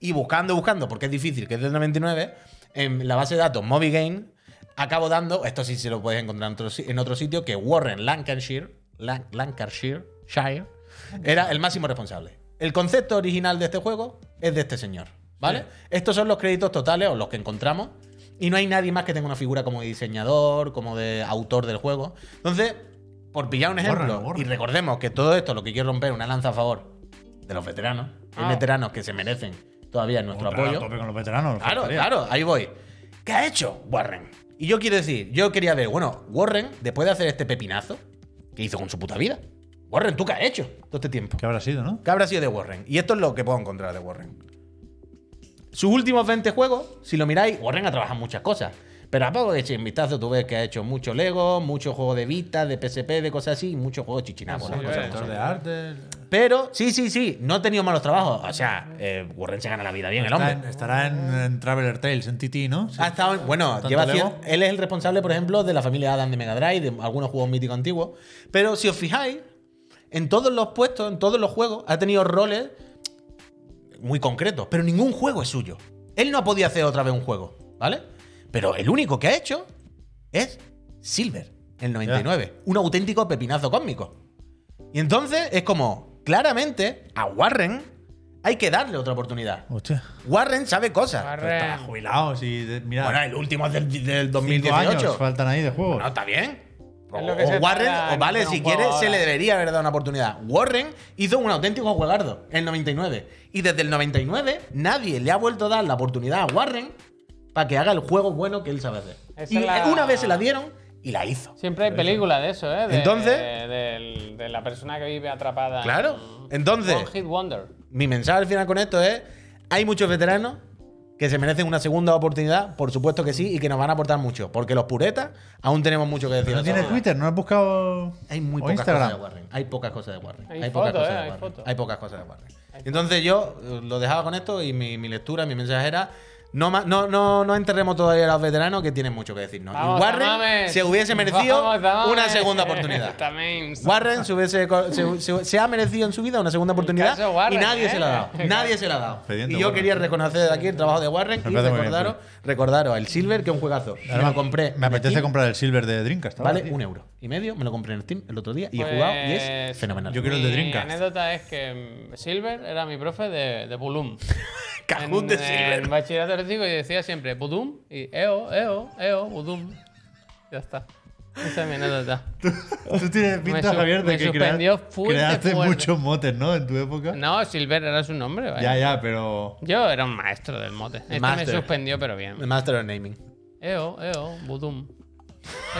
B: Y buscando, buscando, porque es difícil, que es del 99, en la base de datos Moby Game, acabo dando, esto sí se lo puedes encontrar en otro, si- en otro sitio, que Warren Lancashire, Lan- Lancashire, Shire, era el máximo responsable. El concepto original de este juego es de este señor, ¿vale? Estos son los créditos totales o los que encontramos. Y no hay nadie más que tenga una figura como de diseñador, como de autor del juego. Entonces, por pillar un ejemplo,
A: Bórralo, bórralo.
B: y recordemos que todo esto lo que quiero romper es una lanza a favor de los veteranos. Hay
C: Ah.
B: veteranos que se merecen todavía nuestro
A: Otra, a
B: apoyo.
A: tope con los veteranos.
B: Claro,
A: faltaría.
B: claro, ahí voy. ¿Qué ha hecho Warren? Y yo quiero decir, yo quería ver, bueno, Warren, después de hacer este pepinazo, ¿qué hizo con su puta vida? Warren, ¿tú qué has hecho todo este tiempo?
A: ¿Qué habrá sido, no?
B: ¿Qué habrá sido de Warren? Y esto es lo que puedo encontrar de Warren. Sus últimos 20 juegos, si lo miráis, Warren ha trabajado en muchas cosas. Pero a poco de echar un vistazo, tú ves que ha hecho mucho Lego, mucho juego de Vita, de PSP, de cosas así, y muchos juegos chichinabos.
C: Sí,
B: ¿no? Cosas
C: eh.
B: como
A: Director
B: esas.
A: de arte.
B: Pero, sí, sí, sí, no ha tenido malos trabajos. O sea, eh, Warren se gana la vida bien, el
A: Está
B: hombre. Ah.
A: en- estará en, en Traveler Tales, en TT, ¿no? Sí.
B: Ha estado en- bueno,
A: Tanto
B: lleva
A: Lego.
B: haciendo- él es el responsable, por ejemplo, de la familia Adam de Mega Drive, de algunos juegos míticos antiguos. Pero si os fijáis, en todos los puestos, en todos los juegos, ha tenido roles muy concretos, pero ningún juego es suyo. Él no ha podido hacer otra vez un juego, ¿vale? Pero el único que ha hecho es Silver, el 99. Un auténtico pepinazo cósmico. Y entonces es como, claramente, a Warren hay que darle otra oportunidad.
A: Hostia.
B: Warren sabe cosas.
A: Pero Está
C: Arre.
A: jubilado. Si, de- mira,
B: Bueno, el último es del, del
A: cinco
B: 2018.
A: años faltan ahí de juego.
B: No, está bien. O,
C: Es lo que se
B: o Warren,
C: tarda
B: o
C: en
B: vale,
C: hacer un
B: si
C: juego
B: quiere, se
C: ahora.
B: le debería haber dado una oportunidad. Warren hizo un auténtico juegardo en 99. Y desde el 99, nadie le ha vuelto a dar la oportunidad a Warren para que haga el juego bueno que él sabe hacer.
C: Esa
B: Y
C: es la-
B: una vez se la dieron y la hizo.
C: Siempre hay películas de eso, ¿eh? De,
B: Entonces-
C: De, del- de la persona que vive atrapada. en-
B: Claro. Entonces-
C: One Hit Wonder.
B: mi mensaje al final con esto es, hay muchos veteranos que se merecen una segunda oportunidad, por supuesto que sí, y que nos van a aportar mucho, porque los puretas aún tenemos mucho que decir.
A: ¿No
B: de
A: tiene
B: esa obra.
A: Twitter? ¿No has buscado
B: Hay muy
A: o
B: pocas
A: Instagram?
B: cosas de Warren. Hay pocas cosas de Warren.
C: Hay
B: Hay, pocas
C: foto,
B: cosas
C: eh,
B: de
C: hay
B: Warren.
C: foto.
B: Hay pocas cosas de Warren. Entonces yo eh, lo dejaba con esto y mi, mi lectura, mi mensaje era No, ma- no, no, no enterremos todavía a los veteranos que tienen mucho que decirnos. Y
C: Vamos,
B: Warren
C: Tamames.
B: se hubiese merecido
C: Vamos, Tamames.
B: una segunda oportunidad.
C: Tamames.
B: Warren se, hubiese co- se- se- se ha merecido en su vida una segunda oportunidad
C: caso Warren,
B: y nadie
C: ¿eh?
B: se la ha dado. Nadie se la ha dado.
A: Expediente
B: y yo
A: Warren.
B: quería reconocer de aquí el trabajo de Warren
A: Me
B: y
A: parece muy bien,
B: recordaros, recordaros el Silver, que es un juegazo. Me
A: Además,
B: lo compré.
A: Me
B: en
A: apetece
B: Steam,
A: comprar el Silver de Dreamcast. ahora,
B: Vale,
A: tío.
B: un euro y medio. Me lo compré en Steam el otro día y
C: Pues,
B: he jugado y es fenomenal.
A: Yo quiero el de
C: mi
A: Dreamcast.
C: anécdota es que mm, Silver era mi profe de, de Bulum.
B: Cajún de
C: En- En
B: Silver.
C: bachillerato artístico y decía siempre Budum y EO, EO, EO, Budum. Ya está. Esa es mi anécdota.
A: Tú tienes pinta,
C: su-
A: Javier, de
C: me
A: que crea-
C: suspendió fuerte,
A: creaste
C: fuerte.
A: muchos motes, ¿no? En tu época.
C: No, Silver era su nombre. vaya.
A: ya, ya, pero.
C: Yo era un maestro del mote. Este
B: Master.
C: me suspendió, pero
B: El
C: bien.
B: Master of Naming.
C: EO, EO, Budum.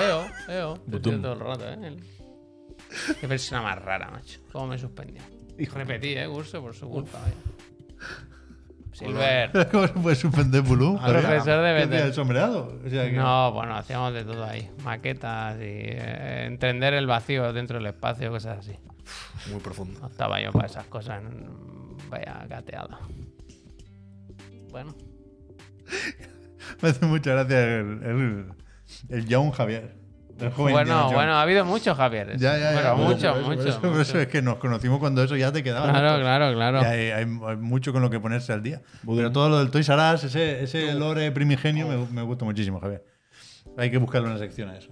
C: EO, EO. Budum. Todo el rato, ¿eh? Qué persona más rara, macho. Cómo me suspendió. Repetí, ¿eh? Curso por su culpa, vaya. Silver.
A: ¿Cómo se puede suspender Bulú?
C: profesor de
A: ¿Qué
C: Betel.
A: hacía el sombreado? O sea, que-
C: No, bueno, hacíamos de todo ahí. Maquetas y eh, entender el vacío dentro del espacio, cosas así.
B: Muy profundo.
C: No estaba yo para esas cosas. mm, Vaya gateada. Bueno.
A: Me hace mucha gracia el, el, el Young Javier. El joven Indiana
C: Bueno,
A: Jones.
C: bueno, ha habido muchos Javieres.
A: Ya, ya, ya.
C: Pero
A: por
C: mucho,
A: eso, por
C: mucho.
A: eso, por eso es que nos conocimos cuando eso ya te quedaba.
C: Claro, claro, claro.
A: Y hay, hay- hay mucho con lo que ponerse al día. Pero todo lo del Toys R Us, ese, ese lore primigenio, me, me gusta muchísimo, Javier. Hay que buscarle una sección a eso.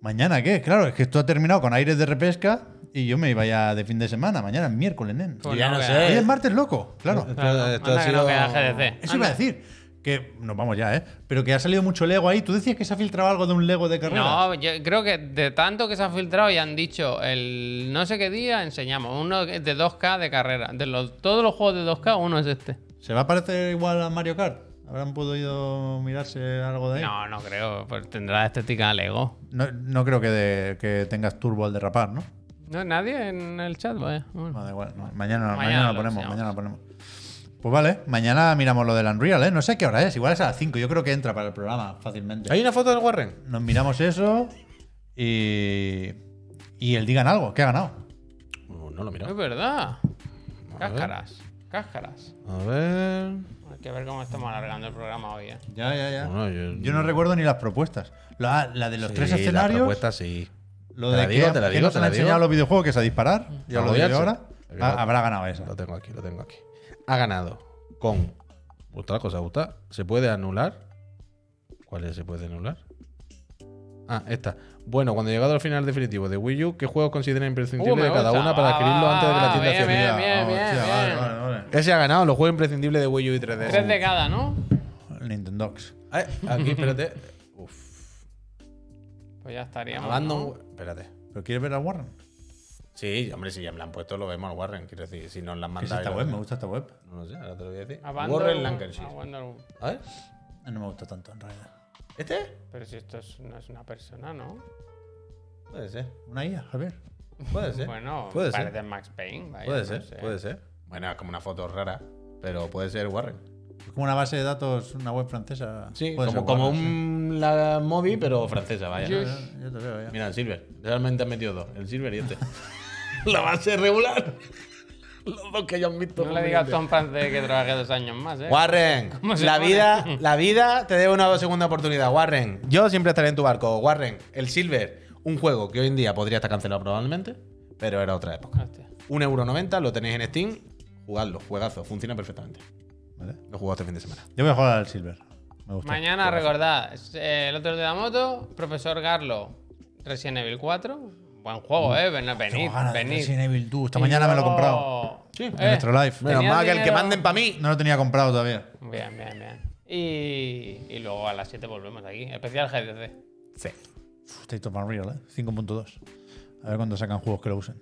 A: ¿Mañana qué? Claro, es que esto ha terminado con aires de repesca y yo me iba ya de fin de semana. Mañana es miércoles, nen.
C: Pues
B: ya no
C: vea.
B: sé.
A: Hoy es martes loco, claro.
C: Claro,
B: Esto- esto
C: anda
B: ha
C: que no
B: sido-
C: queda GDC.
A: Eso iba a
C: Anda.
A: decir. Que nos vamos ya, ¿eh? Pero que ha salido mucho Lego ahí. Tú decías que se ha filtrado algo de un Lego de carrera.
C: No, yo creo que de tanto que se ha filtrado y han dicho el no sé qué día enseñamos uno de 2K de carrera. De los, todos los juegos de 2K, uno es este.
A: ¿Se va a parecer igual a Mario Kart? ¿Habrán podido mirarse algo de ahí?
C: No, no creo. Pues tendrá estética Lego.
A: No, no creo que, de- que tengas turbo al derrapar, ¿no?
C: No, nadie en el chat, vaya. Bueno.
A: No, da igual. no. Mañana, mañana,
C: Mm. Mañana
A: lo
C: lo
A: ponemos,
C: enseñamos.
A: mañana lo ponemos. Pues vale, mañana miramos lo del Unreal, ¿eh? No sé a qué hora es, igual es a las 5. Yo creo que entra para el programa fácilmente.
B: ¿Hay una foto del Warren?
A: Nos miramos eso y. Y el digan algo, ¿qué ha ganado?
B: Pues No, no lo
C: Es
B: miro.
C: verdad. ah, Cáscaras. Cáscaras.
B: A ver.
C: Hay que ver cómo estamos alargando el programa hoy, eh.
A: Ya, ya, ya.
B: Bueno, yo-
A: Yo no recuerdo ni las propuestas. La, la de los tres
B: Sí, La
A: escenarios.
B: propuesta sí.
A: Lo
B: Te
A: de
B: la digo,
A: que,
B: te la
A: que
B: digo,
A: nos
B: te
A: han
B: la
A: enseñado
B: digo. Mm.
A: los videojuegos que es a disparar. Ya
B: A
A: lo digo
B: rodearse.
A: ahora.
B: Claro.
A: Ha- habrá ganado esa.
B: Lo tengo aquí, lo tengo aquí. Ha ganado con. Otra cosa, gusta. ¿Se puede anular? ¿Cuál es? ¿Se puede anular? Ah, esta. Bueno, cuando llegado al final definitivo de Wii U, ¿qué juegos consideran
C: Uh, me
B: imprescindibles de cada
C: gusta. Ah,
B: una para
C: Va,
B: adquirirlo
C: va,
B: antes de que la
C: va,
B: tienda
C: bien,
B: cierre?
C: bien, bien, bien,
A: hostia, vale,
C: bien.
A: vale, vale.
B: Ese ha ganado, los juegos imprescindibles de Wii U y 3DS.
C: Tres de cada, ¿no?
A: El Nintendox.
B: Eh, aquí, espérate. Uf,
C: Pues ya estaríamos. ¿no?
B: hablando. Espérate.
A: ¿Pero quieres ver a Warren?
B: Sí, hombre, si ya me la han puesto, lo vemos al Warren. Quiero decir, si nos la han
A: ¿Qué es
B: mandado.
A: esta
B: y lo-
A: web? Me gusta esta web.
B: No lo sé, ahora te lo voy a decir.
C: A Bundle-
B: Warren
C: a
B: Lancashire.
C: Bundle-
B: A ver,
A: Eh, No me gusta tanto, en realidad.
B: ¿este?
C: Pero si esto es- no es una persona, ¿no?
B: Puede ser.
A: Una IA, Javier.
B: Puede ser.
C: Bueno,
B: puede
C: parece
B: ser.
C: Max Payne. vaya,
B: Puede
C: no
B: ser,
C: sé.
B: puede ser. Bueno, es como una foto rara, pero puede ser Warren.
A: Es como una base de datos, una web francesa.
B: Sí,
A: Puede
B: como,
A: ser
B: como
A: Warren,
B: un la móvil, pero francesa, vaya.
C: Yo-
A: sí. Yo te veo ya.
B: Mira, el Silver. Realmente han metido dos, el Silver y este. la base regular. Los dos que ya han visto.
C: No le digas a Tom Francis que trabaje dos años más, ¿eh?
B: Warren,
C: ¿Cómo se
B: la
C: pone?
B: vida, la vida te debe una segunda oportunidad, Warren. Yo siempre estaré en tu barco, Warren. El Silver, un juego que hoy en día podría estar cancelado probablemente, pero era otra época.
C: Hostia.
B: 1,90€, lo tenéis en Steam, jugadlo, juegazo, funciona perfectamente.
A: Vale.
B: Lo he jugado este fin de semana.
A: Yo voy a jugar al Silver. Me gusta.
C: Mañana, recordad, es, eh, el otro de la moto, profesor Garlo, Resident Evil 4. Buen
B: Mm.
C: juego, ¿eh? Ven- Venid,
A: Tengo ganas de
C: venid.
A: Resident Evil 2. Esta
C: Y
A: mañana me lo he
C: luego- eh,
A: comprado.
B: Sí, en
A: En nuestro live.
B: Menos
C: Tenía
B: mal que el que
C: dinero.
B: manden para mí.
A: No lo tenía comprado todavía.
C: Bien, bien, bien. Y, y luego a las 7 volvemos aquí. Especial GDC.
B: Sí.
A: Uf, State of Unreal, ¿eh? 5.2. A ver cuándo sacan juegos que lo usen.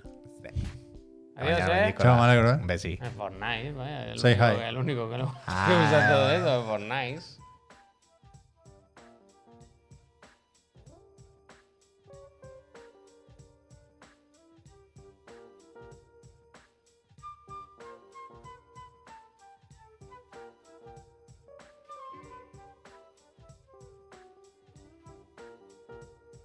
C: Adiós,
B: Mañana,
C: ¿eh?
B: Nicolás.
A: Chao, me alegro, ¿eh?
B: Un besi.
C: En Fortnite, vaya. El
A: Say
C: único,
A: hi.
C: el único que lo que
B: Ah.
C: usa todo eso, Fortnite.